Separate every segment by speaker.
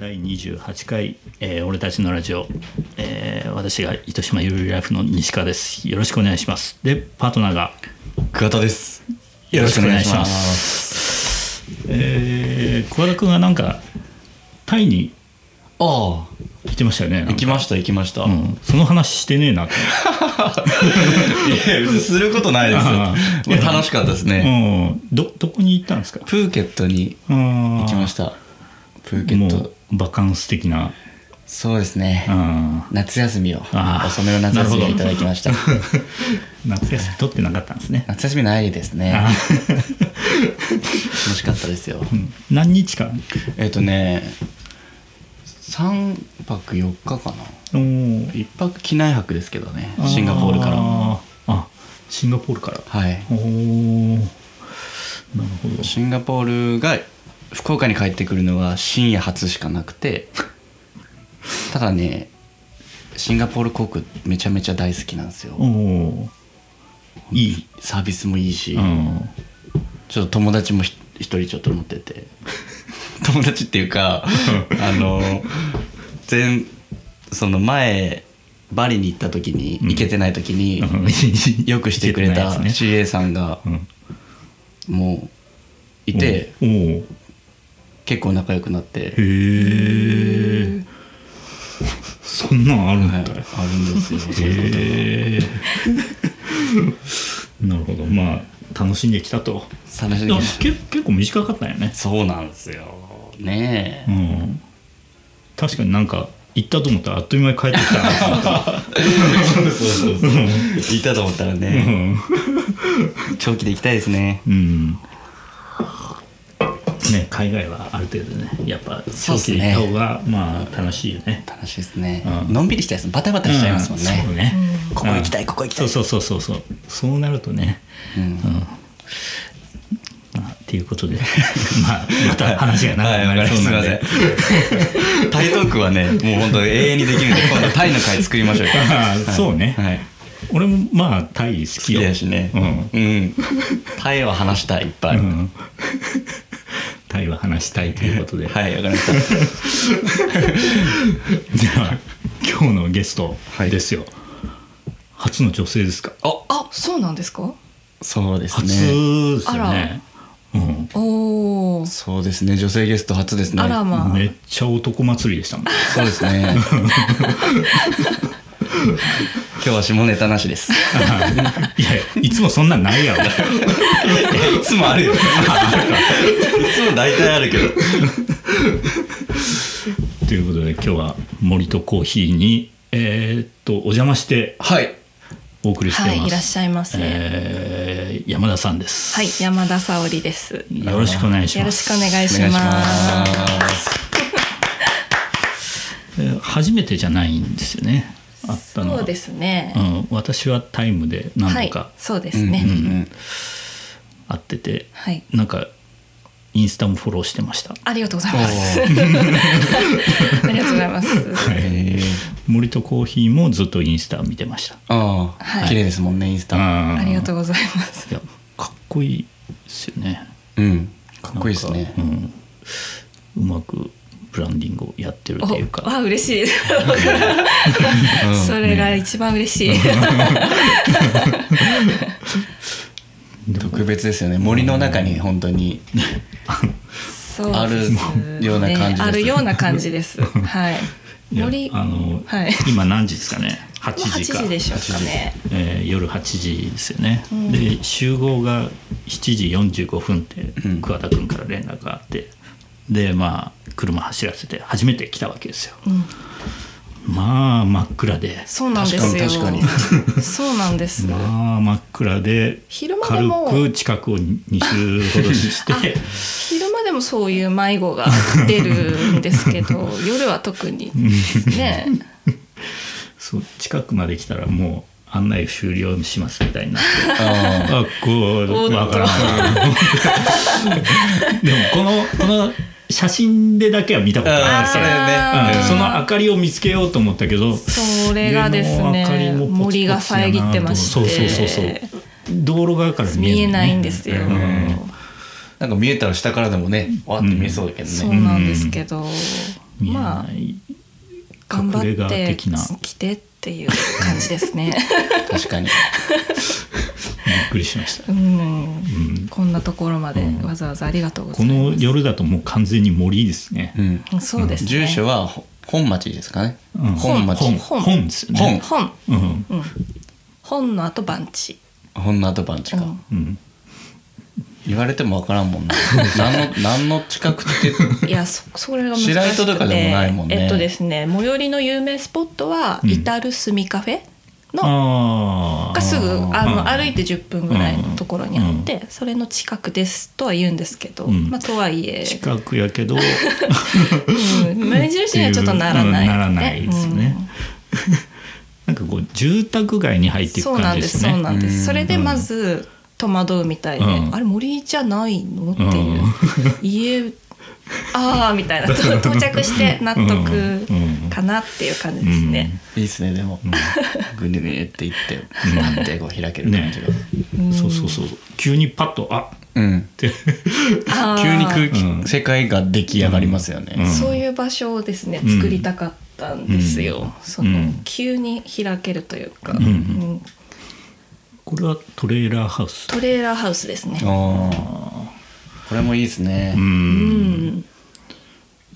Speaker 1: 28回、えー俺たちのラジオ、えー私が糸島ゆるりライフの西川ですよろしくお願いしますでパートナーが
Speaker 2: 桑田です。。
Speaker 1: よろしくお願いしますえー、桑田君がなんかタイに
Speaker 2: ああ、
Speaker 1: 行ってましたよねなんか
Speaker 2: 行きました行きました。
Speaker 1: うん、その話してねえなって
Speaker 2: いや別にすることないですよ。
Speaker 1: ああ
Speaker 2: まあ楽しかったですね。
Speaker 1: うんどどこに行ったんですか
Speaker 2: プーケットに
Speaker 1: 行
Speaker 2: 行きましたた。プーケッ
Speaker 1: も
Speaker 2: ト
Speaker 1: う。バカンス的な
Speaker 2: そうですね
Speaker 1: う。ん
Speaker 2: 夏休みを
Speaker 1: ああ
Speaker 2: 遅めの夏休みをいただきま した。
Speaker 1: 夏休み取ってなかったんですね
Speaker 2: 夏休みないですね。
Speaker 1: あ
Speaker 2: 楽しかったですよ。
Speaker 1: うん何日間
Speaker 2: えっとね、三泊四日かな。
Speaker 1: おー
Speaker 2: 一泊機内泊ですけどね。シンガポールか
Speaker 1: あ
Speaker 2: ら。
Speaker 1: ーあシンガポールから
Speaker 2: はい。
Speaker 1: おーなるほど
Speaker 2: シンガポールが福岡に帰ってくるのは深夜初しかなくてただねシンガポール航空めちゃめちゃ大好きなんですよ
Speaker 1: おーいい
Speaker 2: サービスもいいし、
Speaker 1: うん
Speaker 2: ちょっと友達もひ一人ちょっと乗ってて 友達っていうかあの全その前バリに行った時に
Speaker 1: うん
Speaker 2: 行けてない時に、よくしてくれた
Speaker 1: 行けてないやつね
Speaker 2: CA さんが
Speaker 1: うん
Speaker 2: もういて
Speaker 1: おーおー
Speaker 2: 結構仲良くなって
Speaker 1: へえそんなんあるん
Speaker 2: はい、
Speaker 1: だよ
Speaker 2: あるんですよ。そういうこと
Speaker 1: へえなるほどまあ楽しんできたと
Speaker 2: 楽 しんできまし
Speaker 1: け結構短かったよね
Speaker 2: たそうなんですよ。ね
Speaker 1: う
Speaker 2: え。
Speaker 1: ん確かになんか行ったと思ったらあっという間に帰ってきたなと思った
Speaker 2: そうそうそう。行ったと思ったら
Speaker 1: う
Speaker 2: ね、
Speaker 1: ん
Speaker 2: 長期で行きたいですね。
Speaker 1: うんね海外はある程度ねやっぱ
Speaker 2: そ
Speaker 1: 長
Speaker 2: うっす
Speaker 1: 期
Speaker 2: ね
Speaker 1: で行った方がまあ楽しいよね
Speaker 2: 楽しいですね。
Speaker 1: うん
Speaker 2: のんびりしたいです。バタバタしちゃいますもん
Speaker 1: うんそう
Speaker 2: ね。
Speaker 1: ね
Speaker 2: ここ行きたい、ここ行きた
Speaker 1: そう
Speaker 2: い。
Speaker 1: そうそうそうそうそうなるとね
Speaker 2: うん
Speaker 1: うんまあっていう ことでまあまた話が長くなりそうなん
Speaker 2: はいわ
Speaker 1: で
Speaker 2: かりま したタイトークはね、もう本当永遠にできるんで、今度タイの会作りましょうよ
Speaker 1: あーそうね
Speaker 2: はい。
Speaker 1: 俺もまあタイ好
Speaker 2: 好
Speaker 1: き
Speaker 2: き
Speaker 1: よ
Speaker 2: だしね。うん。タイは話したい、いっぱ
Speaker 1: う
Speaker 2: いある。
Speaker 1: ん うんタイは話したいということで、
Speaker 2: はい、わかりま した。
Speaker 1: じゃあ今日のゲスト
Speaker 2: はい
Speaker 1: ですよ、初の女性ですか
Speaker 2: あ、
Speaker 3: あ、そうなんですか。
Speaker 2: そうです
Speaker 1: 初
Speaker 2: ね。
Speaker 1: ですよ
Speaker 3: あ
Speaker 1: ねうん
Speaker 3: おお。
Speaker 2: そうですね女性ゲスト初ですね
Speaker 3: あらまあ
Speaker 1: め。っちゃ男祭りでしたもん
Speaker 2: そうですね今日は下ネタなしです い
Speaker 1: いやいつもそんなんないやろ
Speaker 2: やいつもあるよいつも大体あるけど
Speaker 1: ということで今日は森とコーヒーにえーっとお邪魔して
Speaker 2: はい
Speaker 1: お送りしています、
Speaker 3: はい、いらっしゃいませ。
Speaker 1: えー山田さんです
Speaker 3: はい、山田沙織です。よ
Speaker 1: よろしくお願いし
Speaker 3: ろ
Speaker 1: ま
Speaker 3: し
Speaker 1: す
Speaker 3: くお願いし
Speaker 2: お願いし
Speaker 3: ます。
Speaker 2: ます
Speaker 1: えー初めてじゃないんですよねあったのは
Speaker 3: そうですね
Speaker 1: う。ん、私はタイムで
Speaker 3: は
Speaker 1: 何
Speaker 3: い
Speaker 1: 度か、
Speaker 3: そうです
Speaker 2: うんう
Speaker 3: ね。
Speaker 2: ん
Speaker 1: 会ってて、
Speaker 3: はい。
Speaker 1: なんかインスタもフォローしてました
Speaker 3: ありがとうございます。ありがとうございます。
Speaker 2: うんへえ
Speaker 1: 森とコーヒーもずっとインスタ見てました
Speaker 2: あ
Speaker 3: は
Speaker 2: あ
Speaker 3: い
Speaker 2: 綺麗ですもんねインスタ
Speaker 1: あ
Speaker 3: ありが
Speaker 1: う
Speaker 3: とうございます。
Speaker 1: いやかっこいいですよね
Speaker 2: うんかっこいいです
Speaker 1: なん
Speaker 2: ね
Speaker 1: かうん、うまくブランディングをやってるっていう
Speaker 3: お、
Speaker 1: か
Speaker 3: あ、嬉しい。それが一番嬉しい。
Speaker 2: 特別ですよね森の中に本当 に
Speaker 3: そうですね
Speaker 2: あるような感じです
Speaker 3: あるような感じです。はい。
Speaker 1: いや
Speaker 3: 森。
Speaker 1: あの、
Speaker 3: はい
Speaker 1: 今何時ですかね8
Speaker 3: もう
Speaker 1: 時か
Speaker 3: 8時でしょうかね。
Speaker 1: えー夜8時ですよね、
Speaker 3: ん
Speaker 1: で集合が7時45分って
Speaker 2: うん
Speaker 1: 桑田君から連絡があって、でまあ車走らせて初めて来たわけですよ
Speaker 3: うん、
Speaker 1: まあ真っ暗で
Speaker 3: そうなんですよ。
Speaker 2: 確かに
Speaker 3: そうなんです。
Speaker 1: まあ真っ暗で
Speaker 3: 昼間で
Speaker 1: 軽
Speaker 3: も
Speaker 1: く近くを2周ほどして
Speaker 3: 昼間でもそういう迷子が出るんです けど、夜は特にね。
Speaker 1: そう近くまで来たらもう案内終了しますみたいになって
Speaker 2: あ
Speaker 1: あこう
Speaker 3: おっと
Speaker 1: わからないでもこのこの写真でだけは見たことない
Speaker 2: あ
Speaker 1: ですよ、
Speaker 3: あー
Speaker 1: うん、その明かりを見つけようと思ったけど
Speaker 3: それがです
Speaker 1: 家の明かり
Speaker 3: ね
Speaker 1: も、ポツポツ
Speaker 3: 森
Speaker 1: やな
Speaker 3: が遮ってまして、
Speaker 1: そうそうそうそう道路側から見え,、
Speaker 3: 見えないんですよ。
Speaker 2: なんか見えたら下からでもねわーって見えそうだけど
Speaker 3: そう
Speaker 2: ね
Speaker 3: なんですけど、
Speaker 1: 見え
Speaker 3: まあ
Speaker 1: ない、
Speaker 3: 頑張
Speaker 1: 隠れ家
Speaker 3: って
Speaker 1: 的な
Speaker 3: 来てっていう感じです ね。
Speaker 2: 確かに
Speaker 1: びっくりしました。
Speaker 3: うん
Speaker 1: ん
Speaker 3: こんなところまで
Speaker 1: うん
Speaker 3: わざわざありがとうござ
Speaker 1: こ
Speaker 3: います。
Speaker 1: の夜だともう完全に森ですね。
Speaker 2: うん
Speaker 3: うんそうですね。
Speaker 2: 住所はほ本町ですかね、
Speaker 1: うん
Speaker 2: 本町
Speaker 1: 本
Speaker 2: 本
Speaker 3: 本
Speaker 1: 本ですよね。
Speaker 3: 本
Speaker 1: うん
Speaker 3: 本の後番地。
Speaker 2: の後番地
Speaker 3: う
Speaker 2: か、
Speaker 3: ん
Speaker 1: うん
Speaker 2: 言われても分からんも んな何の何の近くって
Speaker 3: いやそそれが難しくて
Speaker 2: 知らん人とかでもないもんね
Speaker 3: えっとですね最寄りの有名スポットは、
Speaker 1: うん
Speaker 3: イタルスミカフェの
Speaker 1: あ
Speaker 3: がすぐあの
Speaker 1: あー
Speaker 3: 歩いて10分ぐらいのところにあって、それの近くですとは言うんですけど、
Speaker 1: うん
Speaker 3: まあとはいえ
Speaker 1: あ、近くやけど
Speaker 3: うん、目印にはちょっとならない、
Speaker 1: うんならないです ね
Speaker 3: う
Speaker 1: な
Speaker 3: ん
Speaker 1: んかこう住宅街に入ってい
Speaker 3: そ
Speaker 1: く
Speaker 3: うな
Speaker 1: 感
Speaker 3: ん
Speaker 1: じ
Speaker 3: で
Speaker 1: ですすね。
Speaker 3: そうなんで
Speaker 2: う
Speaker 3: す
Speaker 2: ん
Speaker 3: それでまず戸惑うみたいで、
Speaker 1: うん
Speaker 3: あれ森じゃないのってい
Speaker 1: う
Speaker 3: う、
Speaker 1: ん
Speaker 3: 家ああみた いなと到着して納得
Speaker 1: うん
Speaker 3: かなっていう感じですね、
Speaker 2: いいですねでも、ぐにゅぐにゅっていってバンってこう開ける感じが、
Speaker 1: うんそうそうそう急にパッとあ
Speaker 2: うん急
Speaker 3: あー
Speaker 2: に空気、
Speaker 1: うん
Speaker 2: 世界が出来上がりますよね、
Speaker 1: うん
Speaker 3: そういう場所をですね作りたかったんですよ、
Speaker 1: うん
Speaker 3: その
Speaker 1: うん
Speaker 3: 急に開けるというか、
Speaker 1: ん
Speaker 3: うん
Speaker 1: これはトレーラーハウス。
Speaker 3: トレーラーハウスですね
Speaker 2: あーこれもいいですね、
Speaker 1: うん
Speaker 3: うん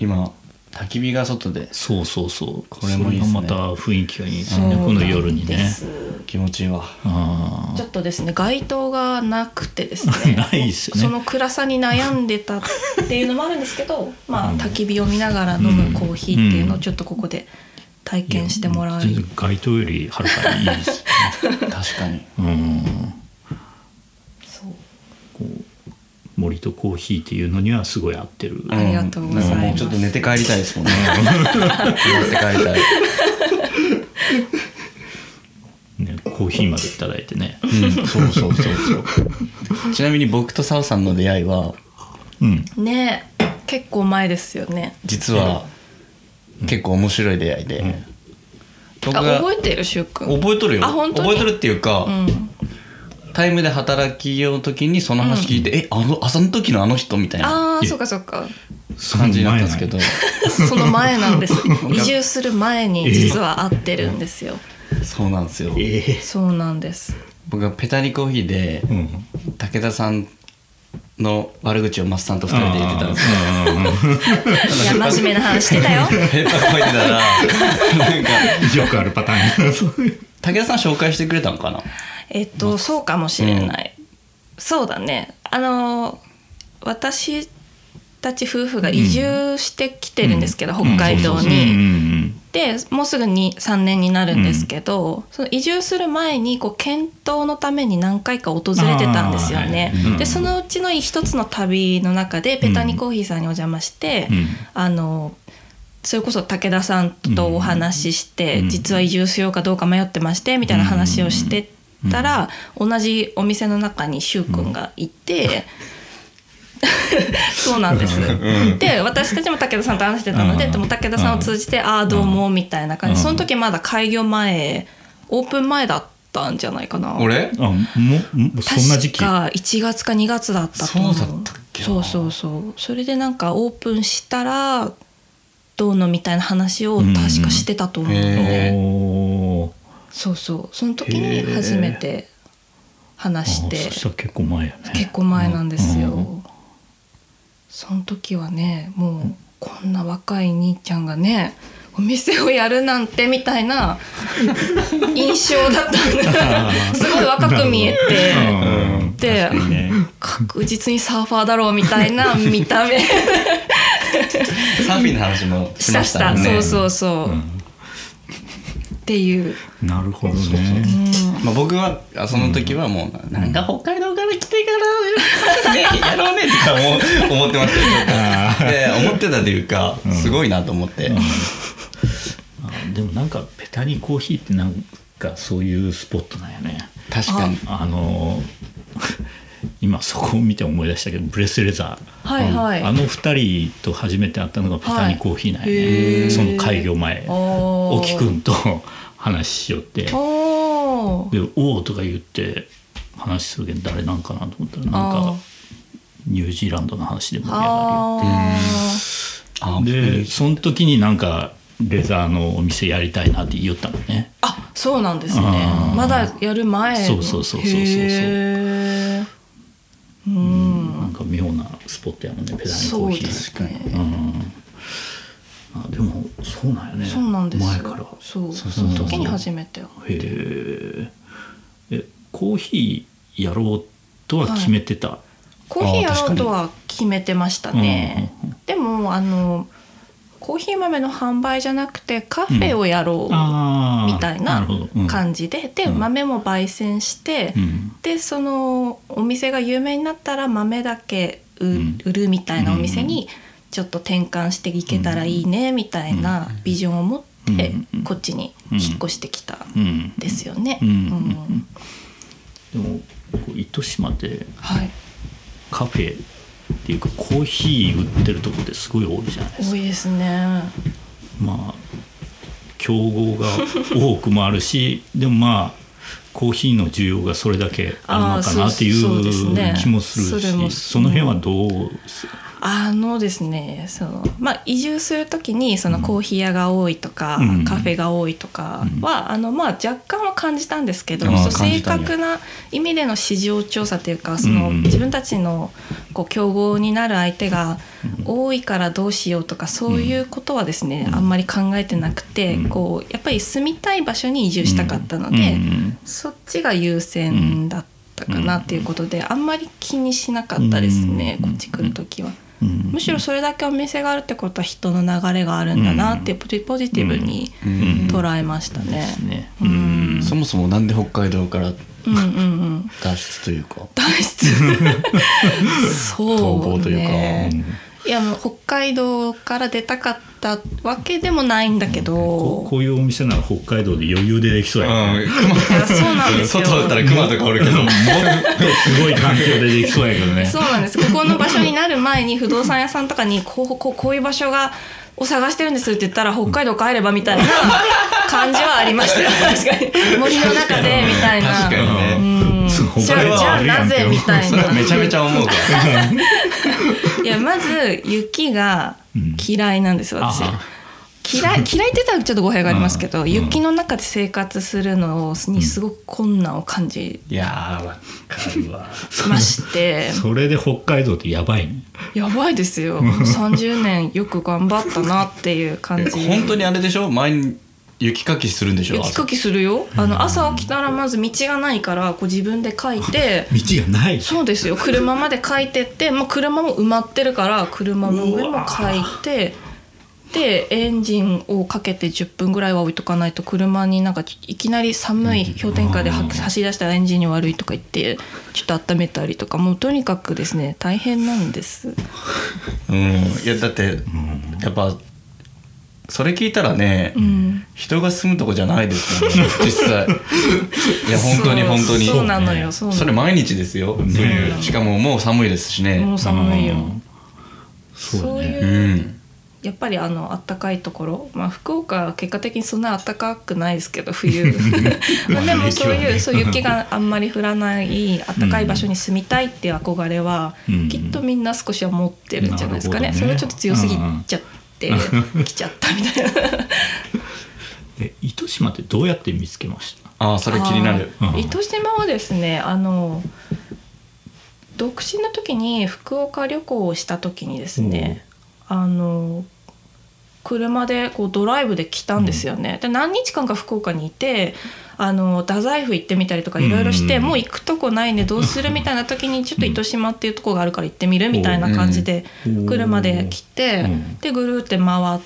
Speaker 2: 今焚き火が外で
Speaker 1: そうそうそう。
Speaker 2: これもいいですね
Speaker 1: それがまた雰囲気がいいです
Speaker 3: そう
Speaker 1: ね。
Speaker 3: なん
Speaker 1: この夜に
Speaker 3: で
Speaker 1: ね。
Speaker 3: す
Speaker 2: 気持ちいい わ
Speaker 1: あ
Speaker 3: ちょっとですね街灯がなくてです
Speaker 1: あ、
Speaker 3: ね
Speaker 1: ないですよ
Speaker 3: そ
Speaker 1: ね。
Speaker 3: の暗さに悩んでたっていうのもあるんです けど、まあ、焚き火を見ながら飲むコーヒーっていうのをちょっとここで体験してもらい、
Speaker 1: 全然街灯よりはるかにいい です。
Speaker 2: 確かに
Speaker 1: うん。
Speaker 3: そう
Speaker 1: こう森とコーヒーっていうのにはすごい合ってる。
Speaker 3: ありがとうございます
Speaker 2: んなんかもうちょっと寝て帰りたいですもんね 寝て帰りたい
Speaker 1: ね、コーヒーまでいただいてね。
Speaker 2: うん、そうそうそうそう。ちなみに僕とサオさんの出会いは
Speaker 1: うん。
Speaker 3: ねえ結構前ですよね
Speaker 2: 実は結構面白い出会いで、
Speaker 1: ん
Speaker 3: あ
Speaker 2: 僕が
Speaker 3: 覚えてるしゅうくん
Speaker 2: 覚えとるよ
Speaker 3: あ本当に
Speaker 2: 覚えとるっていうか、
Speaker 3: うん、
Speaker 2: タイムで働きよう時にその話聞いて、えあの朝の時のあの人みたいな
Speaker 3: ああ
Speaker 1: え
Speaker 3: そうかそうか
Speaker 2: 感じになったんですけど
Speaker 3: その前なん です移住する前に実は会ってるんですよ
Speaker 2: そうなんですよ
Speaker 1: ええ
Speaker 3: そうなんです
Speaker 2: 僕がペタリコーヒーで
Speaker 1: うん。
Speaker 2: 武田さんの悪口をマスさんと二人で言ってたんですよ
Speaker 1: す
Speaker 3: いや真面目な話してたよ
Speaker 2: ペーパーこいてたらなんか
Speaker 1: よくあるパターン。そういう
Speaker 2: 武田さん紹介してくれたのかな
Speaker 3: えっとそうかもしれない、そうだねあの私たち夫婦が移住してきてるんですけど、北海道に、
Speaker 1: に。
Speaker 3: でもうすぐに3年になるんですけど、その移住する前にこう検討のために何回か訪れてたんですよね、
Speaker 1: あーはいうん
Speaker 3: でそのうちの一つの旅の中でペタニコーヒーさんにお邪魔して、
Speaker 1: うん
Speaker 3: あのそれこそ武田さんとお話しして、
Speaker 1: うん
Speaker 3: 実は移住しようかどうか迷ってましてみたいな話をしてたら、同じお店の中にく君がいて。 そうなんです。で私たちも武田さんと話してたので、
Speaker 1: うん
Speaker 3: でも武田さんを通じて「ああどうも」みたいな感じ、
Speaker 1: うん
Speaker 3: その時まだ開業前オープン前だったんじゃないかな。
Speaker 2: 俺
Speaker 1: あ、も、もそんな時期。
Speaker 3: 確か1月か2月だったと思う
Speaker 2: そうだったっけな
Speaker 3: そうそうそうそれでなんかオープンしたらどうのみたいな話を確かしてたと思うので、
Speaker 2: うんへー
Speaker 1: おー
Speaker 3: そうそうその時に初めて話し
Speaker 1: あ
Speaker 3: て
Speaker 1: そしたら結構前やね。
Speaker 3: 結構前なんですよ、
Speaker 1: う
Speaker 3: その時はねもうこんな若い兄ちゃんがねお店をやるなんてみたいな印象だったんですごい若く見え
Speaker 1: う
Speaker 3: て
Speaker 1: ん。
Speaker 3: で
Speaker 1: いいね。
Speaker 3: 確実にサーファーだろうみたいな見た目
Speaker 2: サーフィンの話もし
Speaker 3: し
Speaker 2: ま
Speaker 3: た
Speaker 2: し
Speaker 3: したた、
Speaker 2: ね
Speaker 3: そうそうそう、
Speaker 1: ん
Speaker 3: っていう、
Speaker 1: なるほどね。
Speaker 2: まあ、僕はあその時はもう、なんか北海道から来て からねやろうねとか思う思ってましたけどで思ってたというかすごいなと思って、
Speaker 1: あでもなんかペタニコーヒーってなんかそういうスポットなんやね。
Speaker 2: 確かに
Speaker 1: あのー 今そこを見て思い出したけどブレスレザー。
Speaker 3: はいはい、
Speaker 1: あの二人と初めて会ったのがペタニコーヒーなんや
Speaker 3: はいへ
Speaker 1: ね、
Speaker 3: ー
Speaker 1: その開業前
Speaker 3: おー
Speaker 1: 沖くんと話しよって
Speaker 3: おー
Speaker 1: で「おお」とか言って話するけど誰なんかなと思ったらなん
Speaker 3: あ
Speaker 1: か
Speaker 3: ー
Speaker 1: ニュージーランドの話で盛り上がるよ
Speaker 3: あー
Speaker 2: あ
Speaker 1: でその時になんかレザーのお店やりたいなって言ったのね
Speaker 3: あそうなんですね
Speaker 1: あー
Speaker 3: まだやる前
Speaker 1: そうそうそうそうそうそう
Speaker 3: へーうん
Speaker 1: なんか妙なスポットやもんねペダルコ
Speaker 3: そ
Speaker 1: ー
Speaker 3: う
Speaker 1: ヒ
Speaker 3: で
Speaker 1: ー
Speaker 3: すね
Speaker 1: うんあでもそうなんやね
Speaker 3: そうなんですよ
Speaker 1: 前から
Speaker 3: そう
Speaker 2: そうそう
Speaker 3: その時に初めて
Speaker 1: へーえコーヒーやろうとは決めてた、
Speaker 3: コーヒーやろうとは決めてましたね
Speaker 1: うんうん
Speaker 3: でもあのコーヒー豆の販売じゃなくてカフェをやろう
Speaker 1: あー
Speaker 3: みたいな
Speaker 1: るほどうん
Speaker 3: 感じで、で
Speaker 1: うん
Speaker 3: 豆も焙煎して、
Speaker 1: うん
Speaker 3: でそのお店が有名になったら豆だけう
Speaker 1: うん
Speaker 3: 売るみたいなお店にちょっと転換していけたらいいねみたいなビジョンを持って
Speaker 1: うん
Speaker 3: こっちに引っ越してきたん
Speaker 1: うん
Speaker 3: ですよね。
Speaker 1: うん
Speaker 3: うん
Speaker 1: でもこう糸島で
Speaker 3: はい、
Speaker 1: カフェっていうかコーヒー売ってるとこってすごい多いじゃないです
Speaker 3: 多
Speaker 1: か
Speaker 3: いですね。
Speaker 1: まあ競合が多くもあるし でもまあコーヒーの需要がそれだけあるのかなってい
Speaker 3: あーそうそうですね
Speaker 1: う気もする
Speaker 3: それ
Speaker 1: し
Speaker 3: も
Speaker 1: その辺はどうす
Speaker 3: あのですねその、まあ、移住する時にその
Speaker 1: うん
Speaker 3: コーヒー屋が多いとか、
Speaker 1: うん
Speaker 3: カフェが多いとかは、あのまあ、若干は感じたんですけど
Speaker 2: あー
Speaker 3: そ
Speaker 2: 感
Speaker 3: う正
Speaker 2: じたんや
Speaker 3: 確な意味での市場調査というかそうの
Speaker 1: んうん
Speaker 3: 自分たちのこう競合になる相手が多いからどうしようとかそういうことはですね、
Speaker 1: うん
Speaker 3: あんまり考えてなくて、
Speaker 1: うん
Speaker 3: こうやっぱり住みたい場所に移住したかったので、
Speaker 1: うん
Speaker 3: そっちが優先だったかなっていうことで、あんまり気にしなかったですね、
Speaker 1: うん
Speaker 3: こっち来る時は。
Speaker 1: うん
Speaker 3: むしろそれだけお店があるってことは人の流れがあるんだなってポジポジティブに
Speaker 2: うん
Speaker 3: 捉えました
Speaker 1: で
Speaker 3: ね。
Speaker 1: すね
Speaker 3: う
Speaker 1: うんん
Speaker 2: そもそもなんで北海道から
Speaker 3: うんうんうん。
Speaker 2: 脱出というか
Speaker 3: 脱出 そう、ね、
Speaker 2: 逃亡というかうん
Speaker 3: いやもう北海道から出たかったわけでもないんだけど、
Speaker 1: ここういうお店なら北海道で余裕でできそうやね
Speaker 3: いやそうなんですよ。
Speaker 2: 熊とかおるけど
Speaker 1: すごい環境でできそうやけどね
Speaker 3: そうなんです。ここの場所になる前に不動産屋さんとかにこうこうこういう場所がを探してるんですって言ったら北海道帰ればみたいな感じはありましたよ。確かに森の中でみたいな。
Speaker 2: 確かにね
Speaker 3: うん
Speaker 1: そう
Speaker 3: じゃあ
Speaker 1: 北海道はある
Speaker 3: じゃ
Speaker 1: や
Speaker 3: あなん
Speaker 1: けど
Speaker 3: ぜみたい
Speaker 2: それ
Speaker 3: な
Speaker 2: は めちゃめちゃ思うか
Speaker 3: いやまず雪が嫌いなんです
Speaker 1: ん
Speaker 3: 私
Speaker 1: あは
Speaker 3: 嫌い嫌いって言ったらちょっと語弊がありますけど、
Speaker 1: うん
Speaker 3: 雪の中で生活するのにすごく困難を感じ
Speaker 2: いやーわかるわ
Speaker 3: まして、
Speaker 1: それで北海道ってやばいね
Speaker 3: やばいですよ30年よく頑張ったなっていう感じ
Speaker 2: 本当にあれでしょ前に雪かきするんでしょ
Speaker 3: 雪かきするよあの朝起きたらまず道がないからこう自分で書いて
Speaker 1: 道がない
Speaker 3: そうですよ車まで書いてってもう車も埋まってるから車の上も書いてでエンジンをかけて10分ぐらいは置いとかないと車になんかいきなり寒い氷点下では走り出したらエンジンに悪いとか言ってちょっと温めたりとかもうとにかくですね大変なんです。
Speaker 2: うんいやだってやっぱそれ聞いたらね
Speaker 3: うん
Speaker 2: 人が住むとこじゃないですもんね 実際いや本当に
Speaker 3: そう
Speaker 2: 本当に
Speaker 3: そうなのよそうなの
Speaker 2: それ毎日ですよ、
Speaker 1: ね
Speaker 2: しかももう寒いですしね
Speaker 3: もう寒いよ
Speaker 1: うん
Speaker 3: そ
Speaker 1: そうう
Speaker 3: い
Speaker 1: ね
Speaker 3: う
Speaker 2: うん
Speaker 3: やっぱりあの暖かいところ、まあ、福岡は結果的にそんな暖かくないですけど冬 まあでも
Speaker 1: 雪
Speaker 3: そう
Speaker 1: は
Speaker 3: いう
Speaker 1: ね
Speaker 3: そう雪があんまり降らない暖かい場所に住みたいっていう憧れは、
Speaker 1: うん
Speaker 3: きっとみんな少しは持ってるんじゃないですか
Speaker 1: な
Speaker 3: ね
Speaker 1: るほ
Speaker 3: そ
Speaker 1: どね
Speaker 3: れはちょっと強すぎちゃって来ちゃったみたいな
Speaker 1: え糸島ってどうやって見つけました
Speaker 2: ああそれ気になる
Speaker 3: あー
Speaker 1: うん
Speaker 3: 糸島はですねあの独身の時に福岡旅行をした時にですね、あの車でこうドライブで来たんですよね、で何日間か福岡にいてあの太宰府行ってみたりとかいろいろして、
Speaker 1: うん
Speaker 3: もう行くとこないねどうするみたいな時にちょっと糸島っていうとこがあるから行ってみるみたいな感じで
Speaker 1: うん
Speaker 3: 車で来て、
Speaker 1: うん
Speaker 3: でぐるーって回っ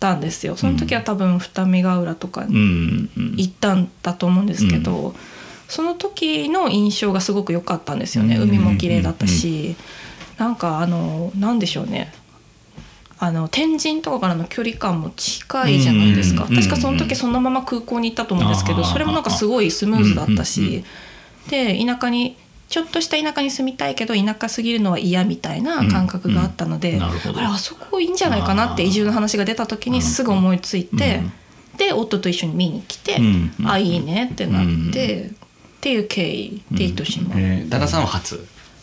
Speaker 3: たんですよその時は多分二見ヶ浦とか
Speaker 1: う
Speaker 3: に
Speaker 1: んうん
Speaker 3: 行ったんだと思うんですけど、その時の印象がすごく良かったんですよね
Speaker 1: うん
Speaker 3: 海も綺麗だったし、なんかあのなんでしょうねあの天神とかからの距離感も近いじゃないですか、
Speaker 1: うん
Speaker 3: 確かその時そのまま空港に行ったと思うんですけど、
Speaker 1: うん
Speaker 3: それもなんかすごいスムーズだった
Speaker 1: うんうんう
Speaker 3: し、で田舎にちょっとした田舎に住みたいけど田舎すぎるのは嫌みたいな感覚があったので、
Speaker 1: うんうんなるほど
Speaker 3: あれあそこいいんじゃないかなって移住の話が出た時にすぐ思いついて、で夫と一緒に見に来て、
Speaker 1: うん
Speaker 3: あいいねってなって、っていう経緯で糸島、
Speaker 2: えー、ダダさんは初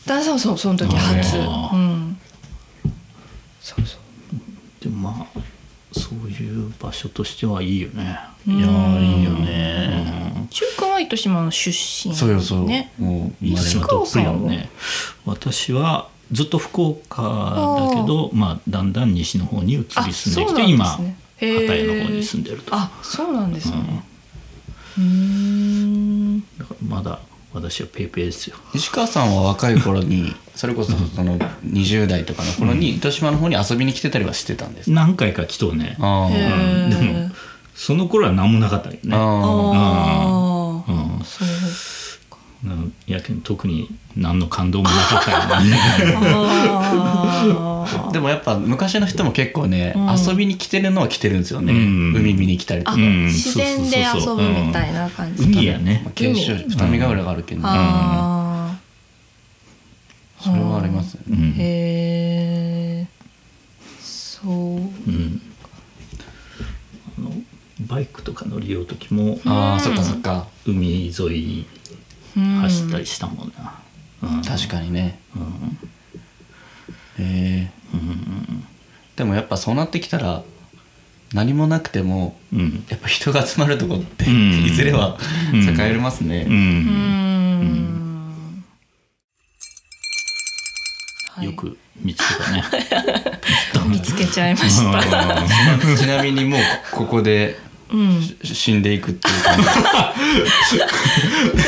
Speaker 3: 旦那さんはそうその時初、
Speaker 1: あ
Speaker 3: うん、そうそう
Speaker 1: でもまあそういう場所としてはいいよね
Speaker 3: うん
Speaker 2: いやーいいよね、
Speaker 3: 中華は糸島の出身
Speaker 2: そうよそう、
Speaker 3: ね
Speaker 2: もう生まれ
Speaker 3: 石
Speaker 2: は
Speaker 3: 川
Speaker 1: どっぷりだもん
Speaker 3: お母
Speaker 1: ね私はずっと福岡だけどまあ、だんだん西の方に移り
Speaker 3: あ
Speaker 1: 住んでき
Speaker 3: そう
Speaker 1: て、
Speaker 3: なんで
Speaker 1: 今
Speaker 3: すねへー
Speaker 1: 片屋の方に住んでると
Speaker 3: あそうなんですね
Speaker 1: う
Speaker 3: うーん
Speaker 1: んだからまだ私はペーペーですよ
Speaker 2: 石川さんは若い頃にそれこそその20代とかの頃に糸島の方に遊びに来てたりはしてたんですか、
Speaker 1: 何回か来とうね
Speaker 2: あ
Speaker 3: へ
Speaker 2: ー
Speaker 3: ー
Speaker 1: でもその頃は何もなかったよね
Speaker 2: あ
Speaker 3: あ
Speaker 1: う
Speaker 3: あ
Speaker 1: ん
Speaker 3: そう
Speaker 1: なんやけん特に何の感動もなかったよね
Speaker 3: あー
Speaker 2: ーでもやっぱ昔の人も結構ね、
Speaker 3: ん
Speaker 2: 遊びに来てるのは来てるんですよね、
Speaker 1: うん
Speaker 2: 海見に来たりと
Speaker 3: あ
Speaker 2: か、
Speaker 1: ん
Speaker 3: 自然で
Speaker 1: そうそ
Speaker 3: 遊
Speaker 1: うそう
Speaker 3: ぶ
Speaker 1: そう
Speaker 3: みたいな感じ
Speaker 1: 海や ね
Speaker 2: まあ研修
Speaker 3: 海
Speaker 2: 二見ヶ浦があるけど、ね
Speaker 3: あ
Speaker 2: それはありますよ
Speaker 1: う
Speaker 2: ね、
Speaker 3: あ
Speaker 1: ん、
Speaker 3: へえそう
Speaker 1: うん、あのバイクとか乗りよう時も
Speaker 2: ああそっかそっか
Speaker 1: 海沿い
Speaker 3: うん
Speaker 1: 走ったりしたもんな、うん
Speaker 2: 確かにね、へえでもやっぱそうなってきたら何もなくても
Speaker 1: うん
Speaker 2: やっぱ人が集まるとこって、
Speaker 1: うん
Speaker 2: いずれは
Speaker 1: うん
Speaker 2: 栄えますね、
Speaker 1: うん
Speaker 3: うんはい
Speaker 1: よく見つけたね、
Speaker 3: 見つけちゃいました。
Speaker 2: ちなみにもうここで
Speaker 3: うん、こ
Speaker 2: し死んでいくっていう感じ
Speaker 3: こ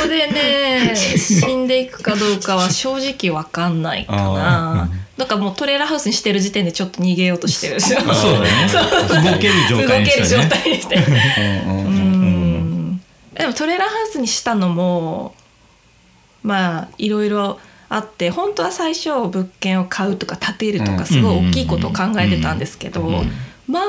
Speaker 3: でね死んでいくかどうかは正直わかんないかな。だからもうトレーラーハウスにしてる時点でちょっと逃げようとしてるでしょ。
Speaker 1: そうだね動ける状
Speaker 3: 動
Speaker 1: 態に
Speaker 3: ける
Speaker 1: し
Speaker 3: 状
Speaker 1: たね
Speaker 3: 態にして。
Speaker 2: うんうんう
Speaker 3: うんんでもトレーラーハウスにしたのもまあいろいろあって本当は最初物件を買うとか建てると
Speaker 2: うん
Speaker 3: かすごい大きいことを考えてたんですけど、
Speaker 1: うんうん
Speaker 3: ま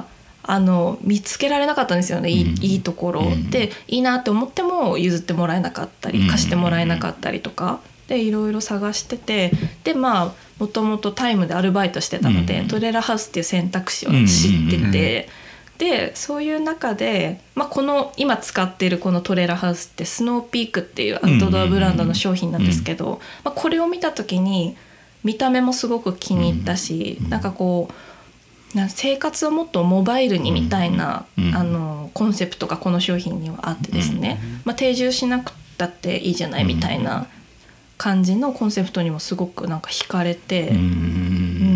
Speaker 3: ああの見つけられなかったんですよねいい,、
Speaker 1: うん
Speaker 3: いいところ、
Speaker 1: うん
Speaker 3: でいいなって思っても譲ってもらえなかった
Speaker 1: うん
Speaker 3: り貸してもらえなかったりとか。でいろいろ探しててでまあもともとタイムでアルバイトしてたので、
Speaker 1: うん
Speaker 3: トレーラーハウスっていう選択肢を知ってて、
Speaker 1: うんうんうん
Speaker 3: でそういう中で、まあ、この今使ってるこのトレーラーハウスってスノーピークっていうアウトドアブランドの商品なんですけど、まあ、これを見た時に見た目もすごく気に入ったし、なんかこうなんか生活をもっとモバイルにみたいな、
Speaker 1: うんうん
Speaker 3: あのコンセプトがこの商品にはあってですね、まあ、定住しなくたっていいじゃないみたいな感じのコンセプトにもすごくなんか惹かれて、
Speaker 1: うん
Speaker 3: うん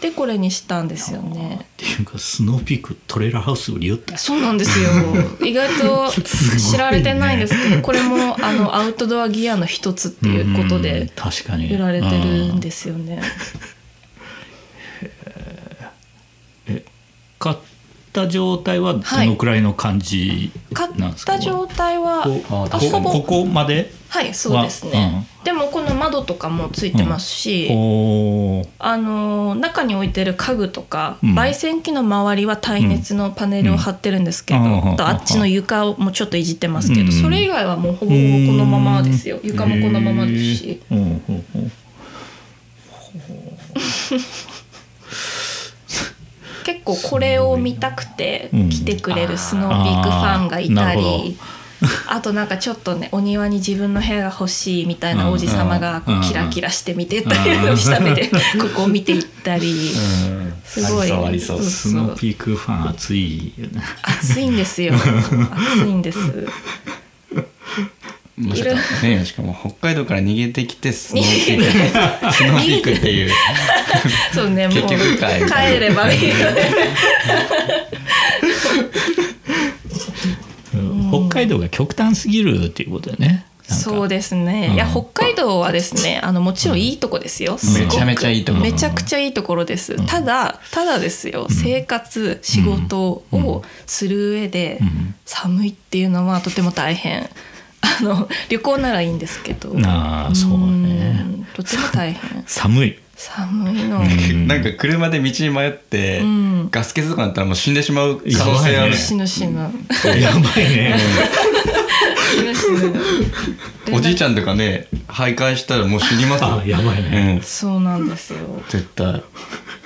Speaker 3: でこれにしたんですよね。
Speaker 1: っていうかスノーピークトレーラーハウス売りよった
Speaker 3: そうなんですよ 意外と知られてないんですけどこれもあのアウトドアギアの一つっていうこと
Speaker 1: うん
Speaker 3: で
Speaker 1: 確かに
Speaker 3: 売られてるんですよね。
Speaker 1: うん買った状態はどのくらいの感じ
Speaker 3: 買
Speaker 1: な
Speaker 3: っ
Speaker 1: んですか
Speaker 3: た状態は
Speaker 1: こ
Speaker 2: あ
Speaker 1: こ
Speaker 3: あほ
Speaker 1: こ
Speaker 3: ぼ
Speaker 1: こまで
Speaker 3: はいそうですね、でもこの窓とかもついてますし、
Speaker 1: おー
Speaker 3: あの中に置いてる家具とか、
Speaker 1: うん
Speaker 3: 焙煎機の周りは耐熱のパネルを貼ってるんですけど、
Speaker 1: うんうん
Speaker 3: あとあっちの床をもちょっといじってますけど、
Speaker 1: うん
Speaker 3: それ以外はもうほぼほぼこのままですよ
Speaker 1: うん
Speaker 3: 床もこのままですし。
Speaker 1: へーうんうんうん
Speaker 3: 結構これを見たくて
Speaker 1: うん
Speaker 3: 来てくれるスノーピークファンがいた
Speaker 1: あーなる
Speaker 3: り。あとなんかちょっとねお庭に自分の部屋が欲しいみたいな王子様がこ
Speaker 1: うん
Speaker 3: うキラキラして見てたりの 下目でここを見ていったり
Speaker 2: うん
Speaker 3: すご
Speaker 2: あり
Speaker 3: い
Speaker 2: そうありそう
Speaker 1: スノーピークファン熱いよね
Speaker 3: 暑いんですよ暑いんです
Speaker 2: もしかしたらねしかも北海道から逃げてきてスノーピークスノーピークっていう
Speaker 3: そうねもう
Speaker 2: 結局帰る
Speaker 3: 帰ればいいよね
Speaker 1: 北海道が極端すぎるっていうことだねなんか
Speaker 3: そうですねいや
Speaker 1: うん
Speaker 3: 北海道はですねあのもちろんいいとこですよす
Speaker 2: め
Speaker 3: ごく
Speaker 2: ちゃめちゃいいと思う
Speaker 3: めちゃくちゃいいところです、ただただですよ、生活仕事をする上で、
Speaker 1: うん
Speaker 3: 寒いっていうのはとても大変あの旅行ならいいんですけど
Speaker 1: ああそうね
Speaker 3: うんとても大 変
Speaker 1: 寒い
Speaker 3: 寒いの、
Speaker 1: ん
Speaker 2: なんか車で道に迷って、
Speaker 3: ん
Speaker 2: ガス欠とかになったらもう死んでしまう可能性ある
Speaker 3: 死ぬ死ぬ
Speaker 1: やばいね
Speaker 3: 死ぬ死ぬ
Speaker 2: おじいちゃんとかね徘徊したらもう死にますよ
Speaker 1: あやばいね
Speaker 2: うん
Speaker 3: そうなんですよ
Speaker 2: 絶対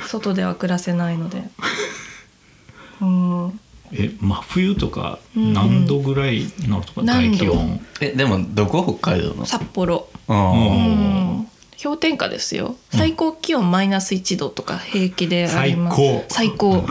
Speaker 3: 外では暮らせないのでうん
Speaker 1: え真冬とか何度ぐらいなのとか
Speaker 3: うん
Speaker 1: 大気温
Speaker 2: えでもどこ北海道の
Speaker 3: 札幌
Speaker 2: ああ
Speaker 3: うん氷点下ですよ最高気温マイナス1度とか平気であります
Speaker 1: 最
Speaker 3: 最高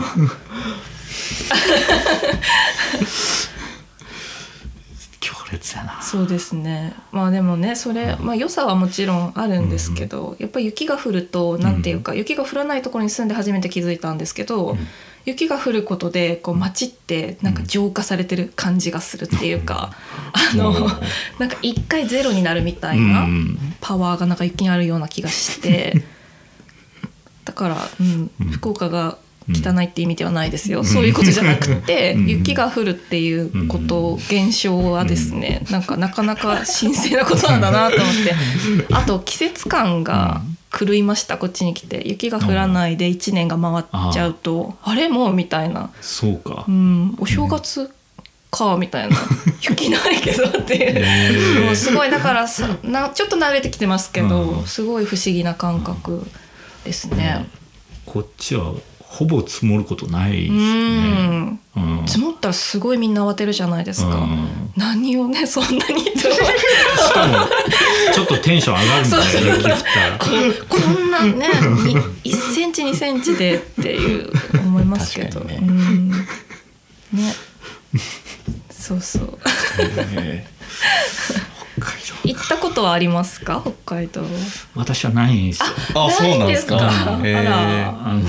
Speaker 1: 強烈やな
Speaker 3: そうですねまあでもねそれ、まあ、良さはもちろんあるんですけど、やっぱり雪が降るとなんていうか、雪が降らないところに住んで初めて気づいたんですけど、雪が降ることでこう街ってなんか浄化されてる感じがするっていうか、
Speaker 1: うん
Speaker 3: あの、
Speaker 1: お
Speaker 3: なんか一回ゼロになるみた
Speaker 1: う
Speaker 3: いな。
Speaker 1: ん
Speaker 3: パワーがなんか一気にあるような気がしてだから、うん
Speaker 1: うん
Speaker 3: 福岡が汚いって意味ではないですよ、そういうことじゃなくて、
Speaker 1: うん
Speaker 3: 雪が降るっていうこと、現象はですね、なんかなかなか神聖なことなんだなと思ってあと季節感が狂いましたこっちに来て雪が降らないで1年が回っちゃうと、あれもうみたいな、
Speaker 1: そうか
Speaker 3: うん、お正月かみたいな雪ないけどっていう。もうすごいだからさなちょっと慣れてきてますけど、
Speaker 1: うん
Speaker 3: すごい不思議な感覚ですね。
Speaker 1: こっちはほぼ積もることないです
Speaker 3: う
Speaker 1: ね
Speaker 3: ん、
Speaker 1: うん
Speaker 3: 積もったらすごいみんな慌てるじゃないですか。
Speaker 1: うん
Speaker 3: 何をねそんなにって思
Speaker 1: しかもちょっとテンション上がるんだよ
Speaker 3: そう
Speaker 1: 雪降ったら
Speaker 3: うこんなね1センチ2センチでっていう思いますけど。
Speaker 2: 確か
Speaker 3: ね
Speaker 2: にね
Speaker 3: うん、ねそうそう。
Speaker 2: え
Speaker 1: 北海道
Speaker 3: 行ったことはありますか北海道？
Speaker 1: 私はないんですよ
Speaker 2: ーあそうなんですか
Speaker 3: ないんですか
Speaker 2: へー
Speaker 3: あら
Speaker 1: あの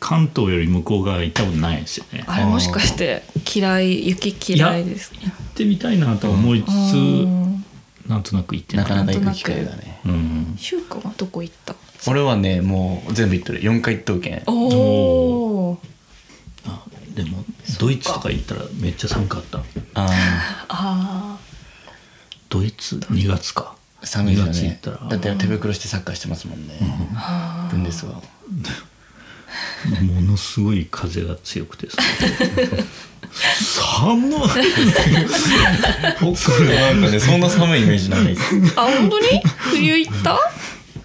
Speaker 1: 関東より向こう側行ったことないんですよね行
Speaker 3: あれもしかして嫌い雪嫌いですか？
Speaker 1: ってみたいなとは思いつ
Speaker 3: うん
Speaker 1: つなんとなく行ってな
Speaker 2: ないかなか行く機会がね
Speaker 1: うん
Speaker 3: シュウ君はどこ行った
Speaker 2: 俺はねもう全部行っとる4回行っとるけん
Speaker 3: おお
Speaker 1: あでもドイツとか行ったらめっちゃ寒かった
Speaker 2: あ
Speaker 3: あ
Speaker 1: ドイツ2月か
Speaker 2: ー寒いよ
Speaker 1: 二
Speaker 2: ね
Speaker 1: 月行ったら
Speaker 2: だって手袋してサッカーしてますもんね
Speaker 3: あ
Speaker 2: 分ですわ
Speaker 1: ものすごい風が強くてさ寒い
Speaker 2: それなんかねそんな寒いイメージないです
Speaker 3: あ本当に冬行った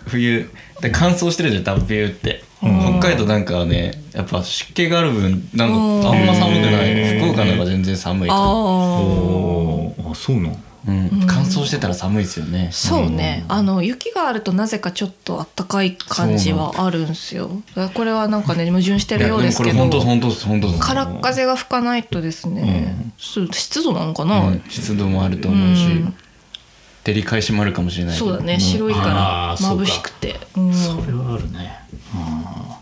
Speaker 2: 冬で乾燥してるじゃん多分冬って
Speaker 3: うん
Speaker 2: 北海道なんかねやっぱ湿気がある分なんかあんま寒くな
Speaker 1: う
Speaker 2: い
Speaker 1: ん
Speaker 2: 福岡なんか全然寒いと思う
Speaker 3: ああ
Speaker 1: おあそうなん
Speaker 2: うん乾燥してたら寒いですよね
Speaker 3: そうねあの雪があるとなぜかちょっとあったかい感じはあるんですよだからこれはなんかね矛盾して
Speaker 2: い
Speaker 3: る
Speaker 2: や
Speaker 3: よう
Speaker 2: で
Speaker 3: で
Speaker 2: も
Speaker 3: す
Speaker 2: こ
Speaker 3: け
Speaker 2: れ
Speaker 3: ど
Speaker 2: 本当本当です本当です
Speaker 3: からっ風が吹かないとですね、
Speaker 1: うん
Speaker 3: そう湿度なのかな、
Speaker 2: うん湿度もあると思うし
Speaker 3: うん
Speaker 2: 照り返しもあるかもしれないけど
Speaker 3: そうだね、
Speaker 2: ん
Speaker 3: 白いから
Speaker 1: あーそうか
Speaker 3: 眩しくてうん
Speaker 1: そ
Speaker 3: 行
Speaker 1: れはあるねあ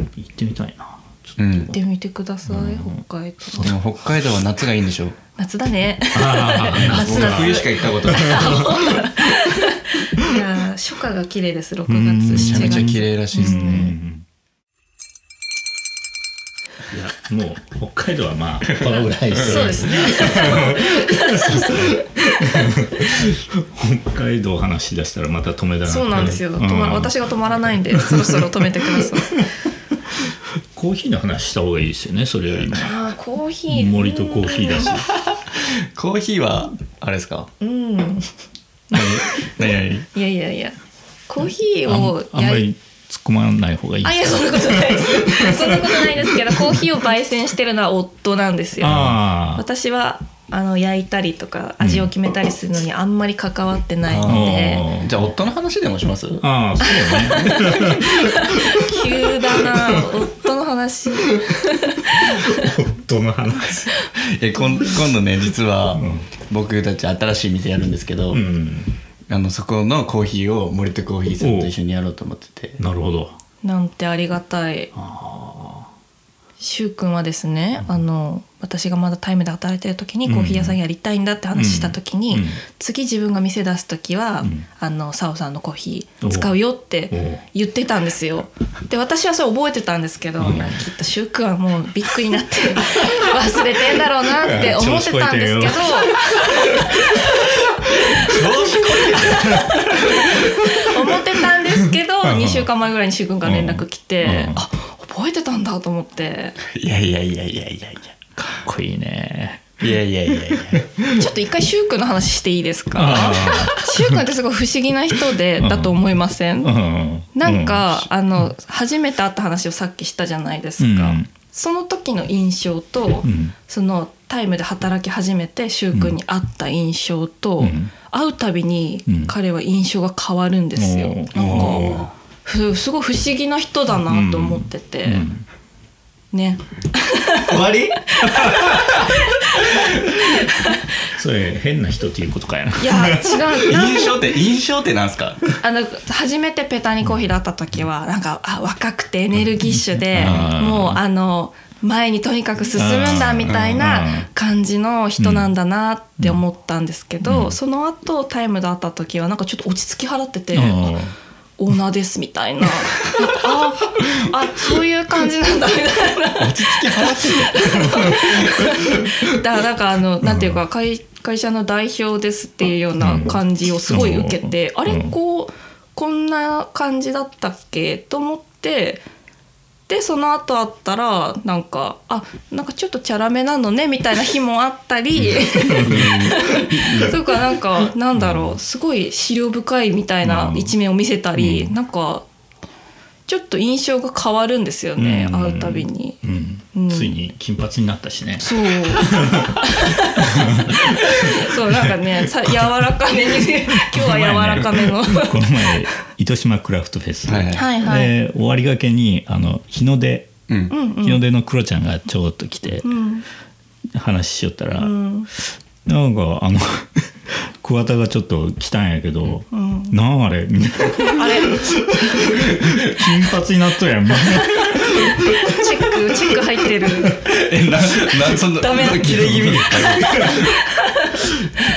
Speaker 1: ー行ってみたいなちょっと、
Speaker 2: うん
Speaker 3: ってみてください、北海道
Speaker 2: でも北海道は夏がいいんでしょ
Speaker 3: 夏だね
Speaker 1: あー
Speaker 3: 夏
Speaker 2: 僕
Speaker 3: 夏
Speaker 2: 冬しか行ったことない
Speaker 3: いやー初夏が綺麗です6
Speaker 1: うん
Speaker 3: 月
Speaker 2: めちゃめちゃ
Speaker 3: 7
Speaker 2: 綺
Speaker 3: 月
Speaker 2: 麗らしいです
Speaker 1: う
Speaker 2: ね
Speaker 1: んいやもう北海道はまあこのぐらいで
Speaker 3: そうですね
Speaker 1: 北海道話し出したらまた止めだな
Speaker 3: そうなんですよ、止ま私が止まらないんでそろそろ止めてください
Speaker 1: コーヒーの話した方がいいですよねそれよりも
Speaker 3: あーコーヒー
Speaker 1: 森とコーヒーだ し
Speaker 2: コーヒーはあれですか
Speaker 3: うんい
Speaker 2: 何何
Speaker 3: やいやいやコーヒー
Speaker 1: あん
Speaker 3: を
Speaker 1: あんまり突っ込まない方がいい
Speaker 3: あいやそんなことないですそんなことないですけどコーヒーを焙煎してるのは夫なんですよ
Speaker 1: あ
Speaker 3: 私はあの焼いたりとか味を決めたりするのにあんまり関わってないので、
Speaker 1: うん
Speaker 2: じゃあ夫の話でもします
Speaker 1: あああそうよね
Speaker 3: 急だな夫の話
Speaker 1: 夫の話
Speaker 2: えこ ん今度ね実は僕たち新しい店やるんですけど、
Speaker 1: うん
Speaker 2: あのそこのコーヒーを森とコーヒーさんと一緒にやろうと思ってて
Speaker 1: なるほど
Speaker 3: なんてありがたい。しゅうくんはですね、あの私がまだタイムで働いてる時にコーヒー屋さんやりたいんだって話した時
Speaker 1: う
Speaker 3: に、
Speaker 1: んうん
Speaker 3: 次自分が店出す時は、
Speaker 1: ん
Speaker 3: あのサオさんのコーヒー使うよって
Speaker 1: お
Speaker 3: 言ってたんですよで私はそれ覚えてたんですけど、
Speaker 1: ん
Speaker 3: いやきっとしゅうくんはもうびっくりになって 忘れてんだろうなって思ってたんですけ
Speaker 1: 調子こいて
Speaker 3: ど思ってたんですけど2週間前ぐらいにしゅうくんから連絡来て、
Speaker 1: うん
Speaker 3: あ覚えてたんだと思って。
Speaker 2: いやいやいやいやいやいや
Speaker 1: かっこいいね
Speaker 2: いやいやいやい や
Speaker 3: ちょっと一回シュウ君の話していいですか
Speaker 1: あ
Speaker 3: シュウ君ってすごい不思議な人で
Speaker 1: うん
Speaker 3: だと思いません
Speaker 1: あうん
Speaker 3: なんか、あの初めて会った話をさっきしたじゃないですか、
Speaker 1: うん
Speaker 3: その時の印象と、
Speaker 1: うん
Speaker 3: そのタイムで働き始めて柊君に会った印象と、
Speaker 1: うん
Speaker 3: 会うたびに
Speaker 1: うん
Speaker 3: 彼は印象が変わるんですよ、
Speaker 1: おー
Speaker 3: なん
Speaker 1: おー
Speaker 3: かふすごい不思議な人だなと思ってて、
Speaker 1: うん
Speaker 3: ね
Speaker 2: 終わり
Speaker 1: それ変な人っていうことかやな。
Speaker 3: いや違 うなん
Speaker 2: 印象って印象ってなんすか
Speaker 3: あの初めてペタニコーヒーだった時はなんかあ若くてエネルギッシュで
Speaker 1: あー
Speaker 3: もうあの前にとにかく進むんだみたい
Speaker 1: あ
Speaker 3: な
Speaker 1: ー
Speaker 3: 感じの人なんだなって思ったんですけ
Speaker 1: うん
Speaker 3: どその後タイムで会った時はなんかちょっと落ち着き払ってて。
Speaker 1: うん
Speaker 3: オーナーですみたいななんかああそういう感じなんだみたいなだからなんかあのなんていうか会会社の代表ですっていうような感じをすごい受けて、
Speaker 1: うん
Speaker 3: あ
Speaker 1: う
Speaker 3: れ
Speaker 1: ん
Speaker 3: こうこんな感じだったっけと思ってでその後あったらなんかあなんかちょっとチャラめなのねみたいな日もあったり そうかなんかなんだろうすごい資料深いみたいな一面を見せたり、
Speaker 1: うん
Speaker 3: なんかちょっと印象が変わるんですよね、
Speaker 1: うん
Speaker 3: 会うたびに。
Speaker 1: う
Speaker 3: うんん
Speaker 1: ついに金髪になったしね。
Speaker 3: そう そうなんかねさ柔らか めに今日は柔らかめの。
Speaker 1: この前糸島クラフトフェス、
Speaker 2: はい
Speaker 3: はいはい。
Speaker 1: で終わりがけにあの日の出
Speaker 2: うん
Speaker 3: うんう
Speaker 1: 日の
Speaker 3: ん
Speaker 1: 出のクロちゃんがちょっと来て
Speaker 3: うん
Speaker 1: 話しよったら、
Speaker 3: うん
Speaker 1: なんかあの 桑田がちょっと来たんやけど、
Speaker 3: うん
Speaker 1: なんあれみたいな
Speaker 3: あれ
Speaker 1: 金髪になっとるやんみたいな
Speaker 3: チェックチェック入ってる。
Speaker 2: えななそんな
Speaker 3: ダメだ
Speaker 2: 切れ気味ですか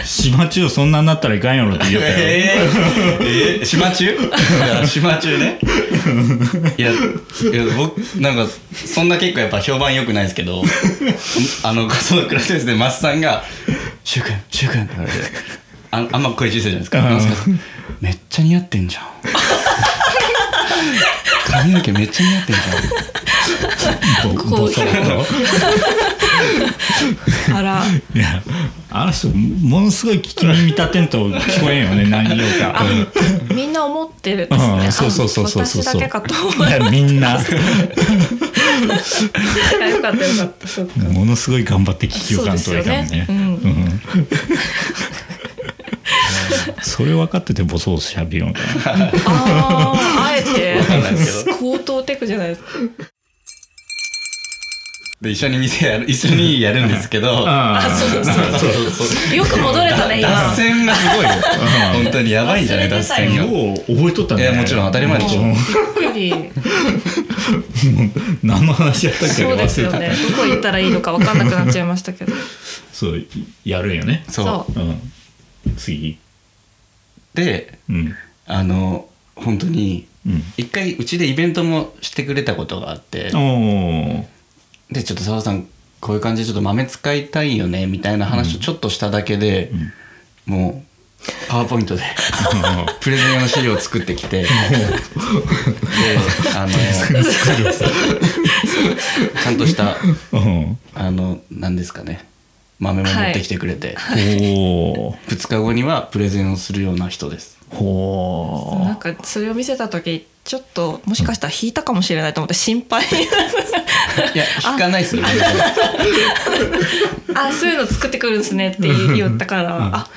Speaker 1: 島中そんなになったらいかんやろって言ったよ、
Speaker 2: えー、えー、島中いや島中ねいやいや僕なんかそんな結構やっぱ評判良くないですけどあのそのクラスですねマスさんが「柊君柊君」って言われてああんま声小さいじゃないですか
Speaker 1: うん
Speaker 2: マスカさんめっちゃ似合ってんじゃん髪の毛めっちゃ似合ってんじ
Speaker 1: ぼ
Speaker 3: こう
Speaker 1: ぼそぼ
Speaker 3: あら
Speaker 1: そいやあの人ものすごい聞き耳立てんと聞こえんよね何言うか
Speaker 3: あみんな思ってるんですね。
Speaker 1: うん
Speaker 3: あ
Speaker 1: そうそうそうそうそう
Speaker 3: 私だけかと思
Speaker 1: いやみんな
Speaker 3: ったらよかったよかった。そっか。
Speaker 1: ものすごい頑張って聞きよかんとはいかんね
Speaker 3: そうですよねう
Speaker 1: うんそれ分かっててボソボソしゃべるよね
Speaker 3: あああえて
Speaker 2: わかんないですけ
Speaker 3: 高等テクじゃないですか。
Speaker 2: ゃんで一緒に店やる一緒にやるんですけど
Speaker 1: あ
Speaker 3: そうそう
Speaker 2: そうそうそう
Speaker 3: よく戻れたね今。
Speaker 2: 脱線がすごいよ本当にやばいんじゃない
Speaker 3: 忘れ
Speaker 2: 脱
Speaker 3: てたよ
Speaker 2: 線が
Speaker 1: よう覚えとった
Speaker 2: い
Speaker 1: ね
Speaker 2: やもちろん当たり前でしょ
Speaker 1: うん
Speaker 3: びっくり。
Speaker 1: 何の話やったっけ
Speaker 3: そうですよ
Speaker 1: 忘れ
Speaker 3: ね
Speaker 1: た。
Speaker 3: どこ行ったらいいのか分かんなくなっちゃいましたけど。
Speaker 1: そうやるんよね
Speaker 2: そう
Speaker 3: そう。
Speaker 1: うん次
Speaker 2: で
Speaker 1: うん
Speaker 2: あの本当に
Speaker 1: うん
Speaker 2: 一回うちでイベントもしてくれたことがあって
Speaker 1: おー
Speaker 2: でちょっと澤さんこういう感じでちょっと豆使いたいよねみたいな話をちょっとしただけで、もうパワーポイントで プレゼン用の資料を作ってきてであのちゃんとした
Speaker 1: うん
Speaker 2: あの何ですかね豆も持ってきてくれて、
Speaker 1: おー
Speaker 2: 2日後にはプレゼンをするような人です。
Speaker 1: ほ
Speaker 3: なんかそれを見せた時ちょっともしかしたら引いたかもしれないと思って心配
Speaker 2: いや聞かないですよね。
Speaker 3: あそういうの作ってくるんですねって言ったから、あ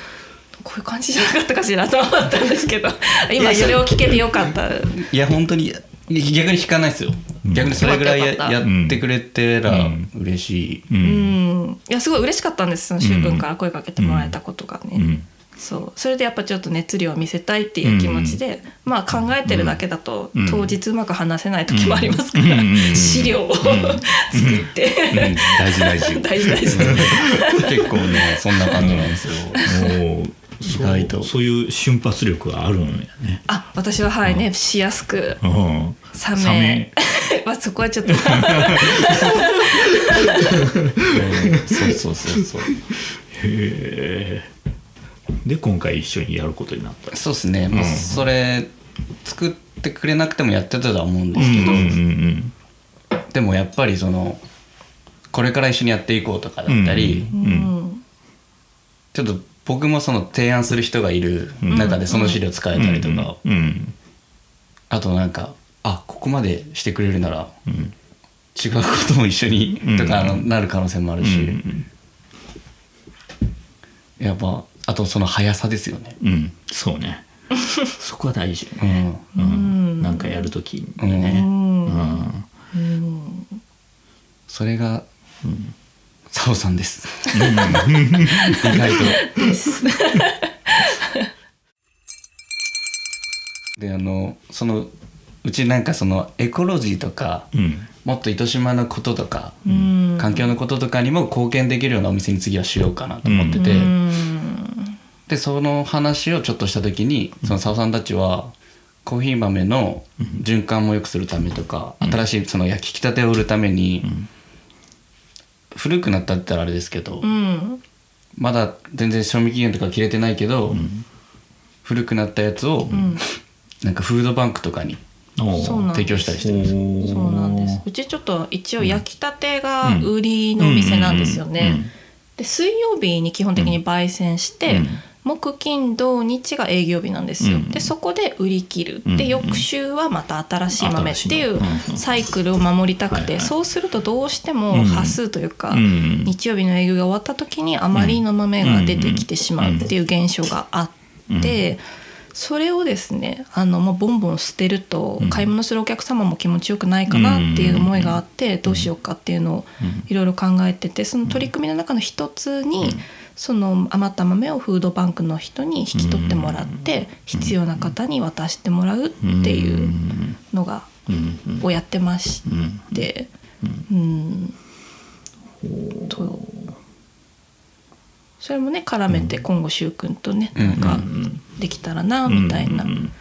Speaker 3: こういう感じじゃなかったかしらと思ったんです けど今それを聞けてよかった
Speaker 2: いや本当に逆に引かないですよ、
Speaker 1: ん
Speaker 2: 逆にそれぐらいや
Speaker 3: よかった
Speaker 2: やってくれてら
Speaker 1: うん
Speaker 2: 嬉しい、
Speaker 1: うう
Speaker 3: うんんいやすごい嬉しかったんですその柊君から声かけてもらえたことがね、
Speaker 1: うん
Speaker 3: そうそれでやっぱちょっと熱量を見せたいっていう気持ちで、まあ考えてるだけだと、
Speaker 1: うん
Speaker 3: 当日うまく話せない時もありますから、
Speaker 1: うんうんうん
Speaker 3: 資料を作って、
Speaker 2: 大事大事
Speaker 3: 大事大事
Speaker 2: 結構ねそんな感じなんですよ、
Speaker 1: おー
Speaker 2: 意外と
Speaker 1: そうそういう瞬発力があるんやね
Speaker 3: あ私ははいね、しやすく
Speaker 1: うん
Speaker 3: サメ まあそこはちょっと
Speaker 2: そうそうそうそう
Speaker 1: へえで今回一緒にやることになった
Speaker 2: そうですね、もうそれ作ってくれなくてもやってたとは思うんですけど、
Speaker 1: ん
Speaker 2: でもやっぱりそのこれから一緒にやっていこうとかだったり、
Speaker 1: う
Speaker 3: うんん、
Speaker 2: ちょっと僕もその提案する人がいる中でその資料使えたりとか、
Speaker 1: うん
Speaker 2: あとなんかあここまでしてくれるなら
Speaker 1: うん
Speaker 2: 違うことも一緒に
Speaker 1: うん
Speaker 2: とかあのなる可能性もあるし、
Speaker 1: うん
Speaker 2: やっぱあとその速さですよね
Speaker 1: うんそうねそこは大事よ
Speaker 2: う
Speaker 1: ね、
Speaker 2: ん
Speaker 1: うん
Speaker 3: うん
Speaker 1: なんかやるとき
Speaker 2: う
Speaker 1: に
Speaker 2: ん、
Speaker 1: うんん、
Speaker 3: うん
Speaker 2: それが、サオさんです。意外と。 で、あの、その、うちなんかそのエコロジーとか、
Speaker 1: うん
Speaker 2: もっと糸島のこととか、
Speaker 3: うん
Speaker 2: 環境のこととかにも貢献できるようなお店に次はしようかなと思ってて、
Speaker 3: うん
Speaker 2: で、その話をちょっとした時に、そのサオさんたちは、コーヒー豆の循環も良くするためとか、新しいその焼きたてを売るために、古くなったって言ったらあれですけど、
Speaker 3: うん
Speaker 2: まだ全然賞味期限とか切れてないけど、古くなったやつを、なんかフードバンクとかに
Speaker 1: おー
Speaker 3: そうなんです
Speaker 2: 提供したりしてるんですよ
Speaker 1: お
Speaker 3: そうなんですうちちょっと一応焼きたてが売りのお店なんですよ
Speaker 1: うんうんうん
Speaker 3: ねで水曜日に基本的に焙煎して、
Speaker 1: うん
Speaker 3: 木金土日が営業日なんですよ、
Speaker 1: うん
Speaker 3: でそこで売り切る、
Speaker 1: うん
Speaker 3: で翌週はまた新しい豆っていう
Speaker 1: 新しい豆うん
Speaker 3: サイクルを守りたくて、
Speaker 1: はいはい
Speaker 3: そうするとどうしても
Speaker 1: うん
Speaker 3: 端数というか、
Speaker 1: うん
Speaker 3: 日曜日の営業が終わった時にあまりの豆が出てきてしまうっていう現象があって、それをですねあの、まあ、ボンボン捨てると買い物するお客様も気持ちよくないかなっていう思いがあってどうしようかっていうのをいろいろ考えててその取り組みの中の一つにその余った豆をフードバンクの人に引き取ってもらって必要な方に渡してもらうっていうのが
Speaker 1: うんうん
Speaker 3: をやってまし
Speaker 1: うん
Speaker 3: てうんとそれもね絡めて今後柊君とねなんかできたらなみたいな。
Speaker 1: うん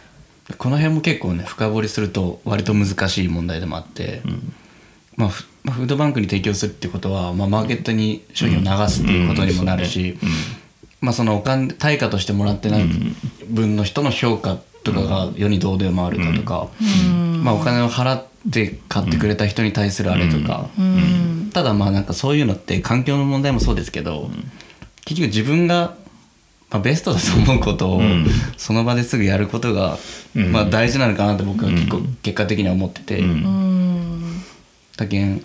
Speaker 2: この辺も結構ね深掘りすると割と難しい問題でもあって、まあ、ふまあフードバンクに提供するってことは、まあ、マーケットに商品を流すっていうことにもなるし、まあ、そのお金対価としてもらってない分の人の評価とかが世にどう出回るかとか、まあ、お金を払って買ってくれた人に対するあれとか、
Speaker 3: うん
Speaker 2: ただまあなんかそういうのって環境の問題もそうですけど、結局自分が、まあ、ベストだと思うことを、
Speaker 1: ん
Speaker 2: その場ですぐやることが、
Speaker 1: うん
Speaker 2: まあ、大事なのかなって僕は結構結果的には思ってて、
Speaker 1: うん
Speaker 3: うん
Speaker 2: だけん、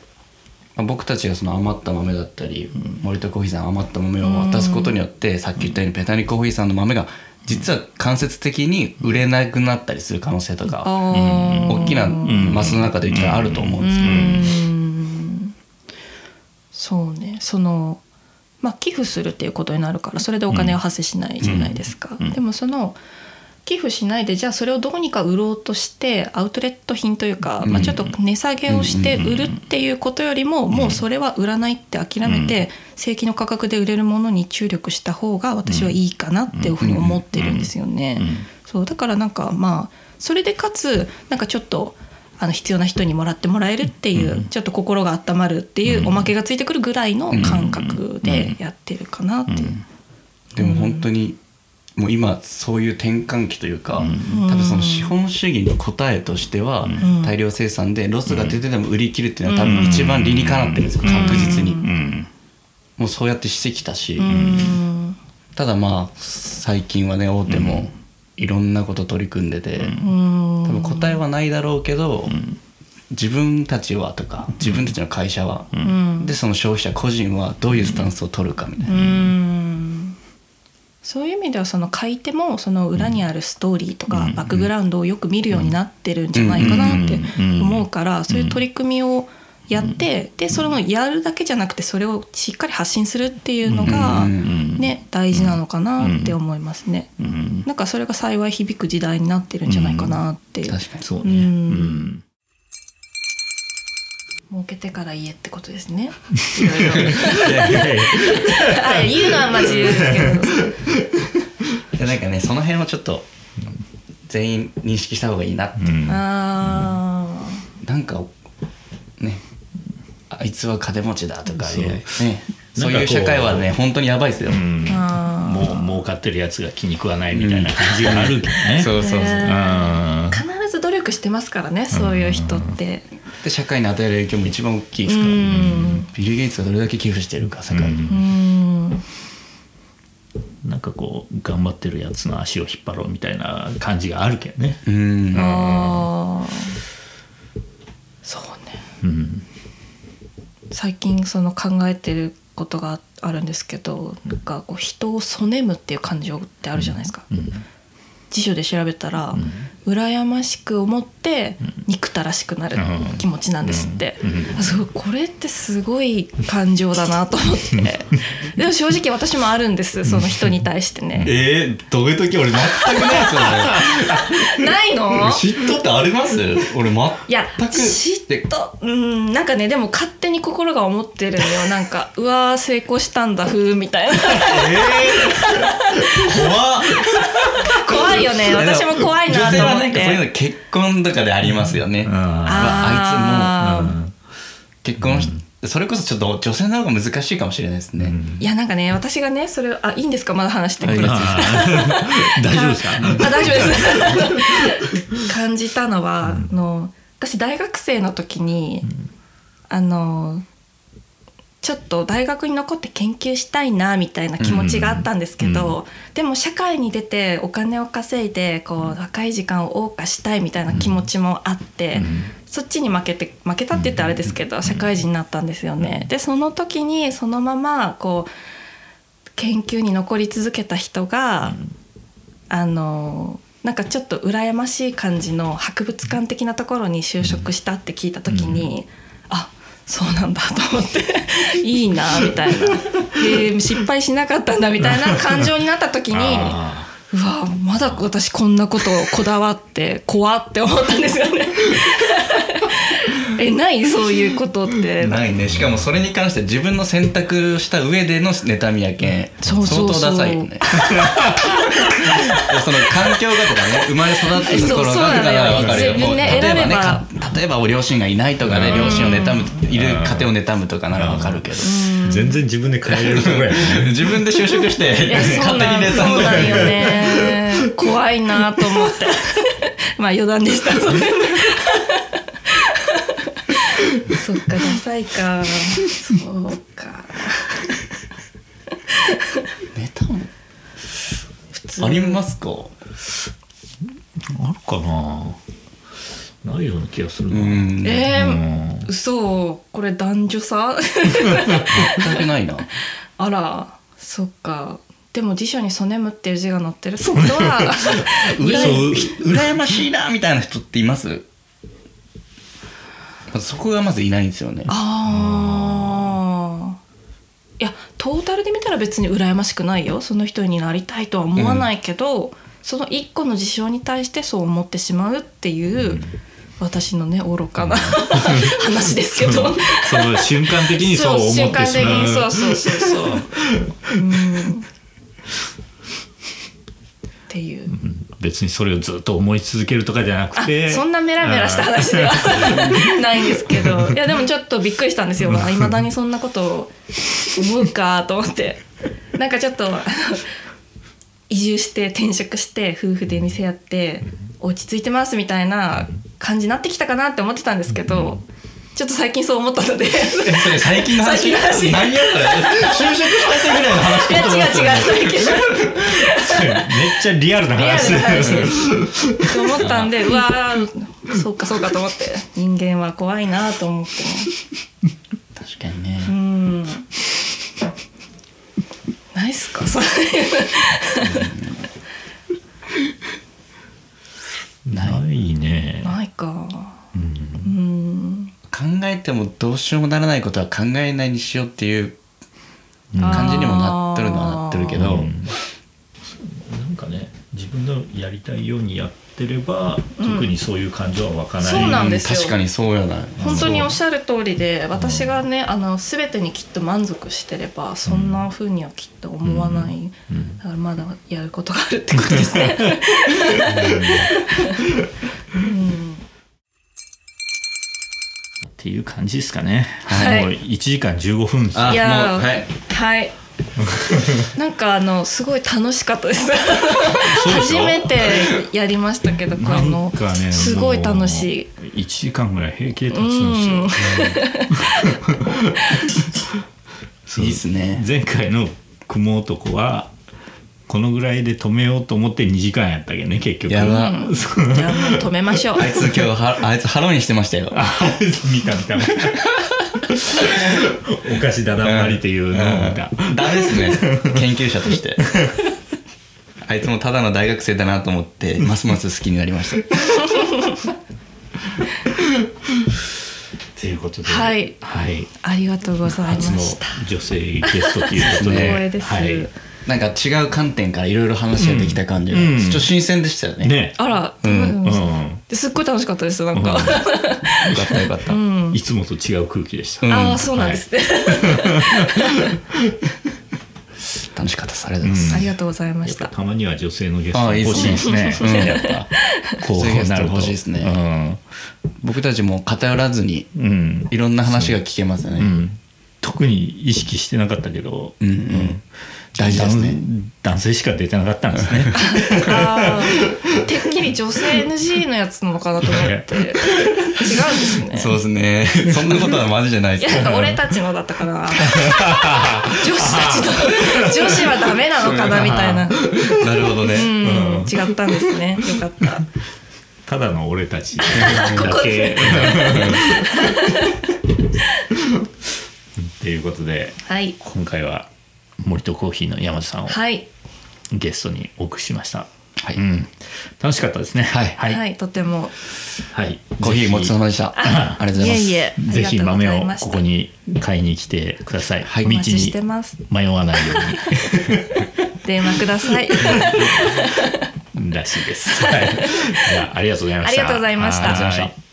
Speaker 2: まあ、僕たちがその余った豆だったり、森田コーヒーさん余った豆を渡すことによって、さっき言ったようにペタニコーヒーさんの豆が実は間接的に売れなくなったりする可能性とか、
Speaker 3: あー
Speaker 2: 大きなマスの中で一応あると思うんですけど。
Speaker 3: そうねそのまあ寄付するっていうことになるからそれでお金は発生しないじゃないですか、でもその寄付しないでじゃあそれをどうにか売ろうとしてアウトレット品というか、まあ、ちょっと値下げをして売るっていうことよりも、もうそれは売らないって諦めて、正規の価格で売れるものに注力した方が私はいいかなっていうふうに思ってるんですよね。そうだからなんかまあそれでかつなんかちょっとあの必要な人にもらってもらえるっていう、ちょっと心が温まるっていうおまけがついてくるぐらいの感覚でやってるかなっていう。
Speaker 2: でも本当にもう今そういう転換期というか、
Speaker 3: ん
Speaker 2: 多分その資本主義の答えとしては、
Speaker 3: ん
Speaker 2: 大量生産でロスが出てでも売り切るっていうのは多分一番理にかなってるんですよ、確実に、
Speaker 1: うん
Speaker 2: もうそうやってしてきたし、
Speaker 3: うん
Speaker 2: ただまあ最近はね大手もいろんなこと取り組んでて、
Speaker 3: うん
Speaker 2: 多分答えはないだろうけど、自分たちはとか自分たちの会社は、
Speaker 3: ん
Speaker 2: でその消費者個人はどういうスタンスを取るかみたいな。
Speaker 3: うんそういう意味ではその買い手もその裏にあるストーリーとかバックグラウンドをよく見るようになってるんじゃないかなって思うからそういう取り組みをやってでそれもやるだけじゃなくてそれをしっかり発信するっていうのが
Speaker 2: うん
Speaker 3: ね大事なのかなって思いますね。
Speaker 1: うん
Speaker 3: なんかそれが幸い響く時代になってるんじゃないかなっていう
Speaker 2: 確かに
Speaker 1: そう
Speaker 3: う
Speaker 1: ねうんん
Speaker 3: 儲けてから家ってことですね。 あ言うのはまあ自由ですけ
Speaker 2: いやなんかねその辺をちょっと全員認識した方がいいなっ
Speaker 1: う
Speaker 2: て、
Speaker 1: ん
Speaker 3: ど。ああ。
Speaker 2: なんかねあいつは金持ちだとかいう
Speaker 1: そう
Speaker 2: ねそういう社会はね本当にやばいですよ、
Speaker 1: うん
Speaker 3: あー
Speaker 1: もう儲かってるやつが気に食わないみたいな感じがあるけどね。
Speaker 2: そうそうそう、
Speaker 1: う
Speaker 3: ね
Speaker 1: ん
Speaker 3: 必ず努力してますからねそういう人って
Speaker 2: で社会に与える影響も一番大きいですから、
Speaker 3: うん
Speaker 2: ビル・ゲイツがどれだけ寄付してるか世界に、
Speaker 3: うん
Speaker 1: なんかこう頑張ってるやつの足を引っ張ろうみたいな感じがあるけどね。
Speaker 2: うん
Speaker 3: あーそうね
Speaker 1: うん
Speaker 3: 最近その考えてることがあるんですけどなんかこう人をそねむっていう感情ってあるじゃないですか、
Speaker 1: うん
Speaker 3: 辞書で調べたら、羨ましく思って憎たらしくなる気持ちなんですって、
Speaker 1: うん
Speaker 3: あすごいこれってすごい感情だなと思 ってでも正直私もあるんですその人に対してね
Speaker 2: えー、どういう時俺全くないですよね
Speaker 3: ない の
Speaker 2: 俺嫉妬ってあります俺全く
Speaker 3: いや
Speaker 2: て
Speaker 3: 嫉妬うんなんかねでも勝手に心が思ってるのよなんか うわー成功したんだふーみたいな
Speaker 2: えー、怖っ
Speaker 3: 怖いよね私も怖いなと思
Speaker 2: 女性はな
Speaker 3: っ
Speaker 2: んかそういう
Speaker 3: て
Speaker 2: の結婚とかでありますよね、
Speaker 1: うんあ
Speaker 2: あ
Speaker 3: あー
Speaker 2: 結婚し、それこそちょっと女性の方が難しいかもしれないですね、
Speaker 3: いやなんかね私がねそれあいいんですかまだ話してくれて
Speaker 2: はい
Speaker 1: あ 大丈夫ですか
Speaker 3: あ大丈夫で す感じたのは、あの私大学生の時に、あのちょっと大学に残って研究したいなみたいな気持ちがあったんですけど、でも社会に出てお金を稼いでこう若い時間を謳歌したいみたいな気持ちもあって、そっちに負けて負けたって言ったらあれですけど、社会人になったんですよね。でその時にそのままこう研究に残り続けた人が、あのなんかちょっと羨ましい感じの博物館的なところに就職したって聞いた時に、あそうなんだと思っていいなみたいな、えー失敗しなかったんだみたいな感情になった時に
Speaker 1: あ
Speaker 3: うわまだ私こんなことをこだわって怖って思ったんですよね。 えないそういうことって
Speaker 2: ないねしかもそれに関して自分の選択した上での妬みやけん
Speaker 3: そうそうそ
Speaker 2: 相
Speaker 3: う
Speaker 2: 当ダサいよ ねいやその環境がとかね生まれ育ったところ
Speaker 3: そうそう
Speaker 2: が
Speaker 3: な
Speaker 2: と
Speaker 3: の
Speaker 2: か
Speaker 3: よ
Speaker 2: なら分かるよ
Speaker 3: 自分で
Speaker 2: もう例えば
Speaker 3: 選べ
Speaker 2: ね
Speaker 3: ば
Speaker 2: か例えばお両親がいないとかで、
Speaker 1: うん
Speaker 2: 両親を妬むい
Speaker 1: う
Speaker 2: る
Speaker 1: ん
Speaker 2: 家庭を妬むとかなら分かるけど、
Speaker 1: ー全然自分で変えれるとこやね
Speaker 2: 自分で就職して
Speaker 3: いやそう
Speaker 2: 勝手
Speaker 3: なん
Speaker 2: に
Speaker 3: そ
Speaker 2: 妬
Speaker 3: うんな
Speaker 2: だ
Speaker 3: んよ
Speaker 2: よ
Speaker 3: ね怖いなと思って まあ余談でしたそっかダサいかそうか
Speaker 2: 妬むありますか
Speaker 1: あるかなないような気がする
Speaker 2: う
Speaker 1: な、
Speaker 2: ん全
Speaker 3: え
Speaker 1: う
Speaker 3: ー、
Speaker 1: ん
Speaker 3: 嘘これ男女差
Speaker 2: くない な
Speaker 3: あらそっかでも辞書に「そねむ」っていう字が載ってるってことは
Speaker 2: うらや
Speaker 1: そう
Speaker 2: 羨ましいなみたいな人っていますそこがまずいないんですよね
Speaker 3: ああいやトータルで見たら別に羨ましくないよその人になりたいとは思わないけど、その一個の事象に対してそう思ってしまうっていう、私のね愚かな話ですけど
Speaker 1: そのその瞬間的にそう思ってしまう
Speaker 3: 瞬間的にそうそうそうそううんっていう、
Speaker 1: 別にそれをずっと思い続けるとかじゃなくて
Speaker 3: あそんなメラメラした話ではないんですけどいやでもちょっとびっくりしたんですよいまだにそんなことを思うかと思ってなんかちょっとあの移住して転職して夫婦で店やって落ち着いてますみたいな感じになってきたかなって思ってたんですけどちょっと最近そう思ったので。
Speaker 2: えそれ最近の話
Speaker 3: 最近の話
Speaker 2: 何やそれ就職したてぐらいの話
Speaker 3: いや違う違う最近
Speaker 1: めっちゃリアルな
Speaker 3: リアル
Speaker 1: 話
Speaker 3: な話です。と思ったんで、うわー、そうかそうかと思って、人間は怖いなと思って
Speaker 2: 確かにね
Speaker 3: ね。うん。ないっすか、それ。
Speaker 1: ないね
Speaker 3: ないか。うん。
Speaker 2: 考えてもどうしようもならないことは考えないにしようっていう感じにもなっとるのはなってるけ
Speaker 1: う
Speaker 2: ど
Speaker 1: んなんかね自分のやりたいようにやってれば、特にそういう感情は湧かない
Speaker 3: そうなんですよ
Speaker 2: 確かにそうやな
Speaker 3: 本当におっしゃる通りで私がねあの全てにきっと満足してればそんな風にはきっと思わない、だからまだやることがあるってことですね。
Speaker 1: っていう感じですかね、
Speaker 3: はい
Speaker 1: もう1時間15分です
Speaker 2: あ
Speaker 3: いやー
Speaker 2: もうはい
Speaker 3: はい。なんかあのすごい楽しかったです。
Speaker 1: そうで
Speaker 3: 初
Speaker 1: しょ
Speaker 3: めてやりましたけど、こ
Speaker 1: な
Speaker 3: れ
Speaker 1: ん
Speaker 3: も
Speaker 1: かね
Speaker 3: すごい楽し
Speaker 1: い
Speaker 3: い。
Speaker 1: 1時間ぐらい平気で立つんですよ、
Speaker 3: うん
Speaker 1: そう
Speaker 2: いいっすね
Speaker 1: 前回の雲男はこのぐらいで止めようと思って2時間やったけどね結局
Speaker 2: やば
Speaker 1: そう
Speaker 3: じゃあもう止めましょう。
Speaker 2: あいつ今日はあいつハロウィンしてましたよ
Speaker 1: あ見た見た見た お菓子だだんまりっていうのを見た、
Speaker 2: ダメですね研究者としてあいつもただの大学生だなと思ってますます好きになりました
Speaker 1: っていうことで、
Speaker 3: はい
Speaker 1: はい、
Speaker 3: ありがとうございま
Speaker 1: 初の
Speaker 3: した。
Speaker 1: 女性ゲストということで、
Speaker 3: 光栄です。
Speaker 1: はい、
Speaker 2: なんか違う観点からいろいろ話ができた感じが、
Speaker 1: うん
Speaker 2: ちょっと新鮮でしたよね
Speaker 1: ね、
Speaker 3: あら、
Speaker 2: うん
Speaker 1: う
Speaker 3: うん
Speaker 1: ん、
Speaker 3: ですっごい楽しかったです。なんか、
Speaker 2: よかったよかった、
Speaker 3: うん、
Speaker 1: いつもと違う空気でした。
Speaker 2: うん
Speaker 3: ああそうなんですね。
Speaker 2: 楽しかったですありがとうございま
Speaker 1: う
Speaker 2: す、
Speaker 1: ん
Speaker 3: ありがとうござい
Speaker 1: や
Speaker 3: ま
Speaker 1: っ
Speaker 3: し
Speaker 1: ぱ
Speaker 3: た。
Speaker 1: たまには女性のゲス
Speaker 2: あ
Speaker 1: ト
Speaker 2: あいいで
Speaker 1: 欲
Speaker 2: す
Speaker 1: しい
Speaker 2: ね
Speaker 1: ですね。
Speaker 2: うん
Speaker 1: やっぱこうなると
Speaker 2: 欲しいですね。僕たちも偏らずに
Speaker 1: うん、うん
Speaker 2: いろんな話が聞けますよ
Speaker 1: う
Speaker 2: ね、
Speaker 1: ん特に意識してなかったけど、
Speaker 2: うんうん、大事ですね
Speaker 1: 男男性しか出てなかったんですね。
Speaker 3: あーてっきり女性 NG のやつなのかなと思って違うんですね。
Speaker 2: そうですねそんなことはマジじゃない
Speaker 3: い
Speaker 2: です
Speaker 3: やなんか俺たちのだったから女子たちの女子はダメなのかなみたいな
Speaker 2: なるほどね、
Speaker 3: うん違ったんですねよかった
Speaker 1: ただの俺たちだ け。ということで
Speaker 3: はい
Speaker 1: 今回は森とコーヒーの山田さんを
Speaker 3: はい
Speaker 1: ゲストにお送りしました。
Speaker 2: はい
Speaker 1: うん、楽しかったですね。はいは
Speaker 3: はい、
Speaker 1: い、
Speaker 3: とても
Speaker 1: はい、
Speaker 2: コーヒーごちそうさまでしたありがとうございます
Speaker 3: いえいえ
Speaker 1: ぜひ豆をここ
Speaker 3: に
Speaker 1: に買いに来てください。
Speaker 2: はい
Speaker 1: 道
Speaker 3: お待ちし
Speaker 1: に
Speaker 3: てます
Speaker 1: 迷わないよ
Speaker 3: 電話ください
Speaker 1: うにらしいです。はい、じゃあありがとうございました。
Speaker 3: ありがとうございました
Speaker 1: はい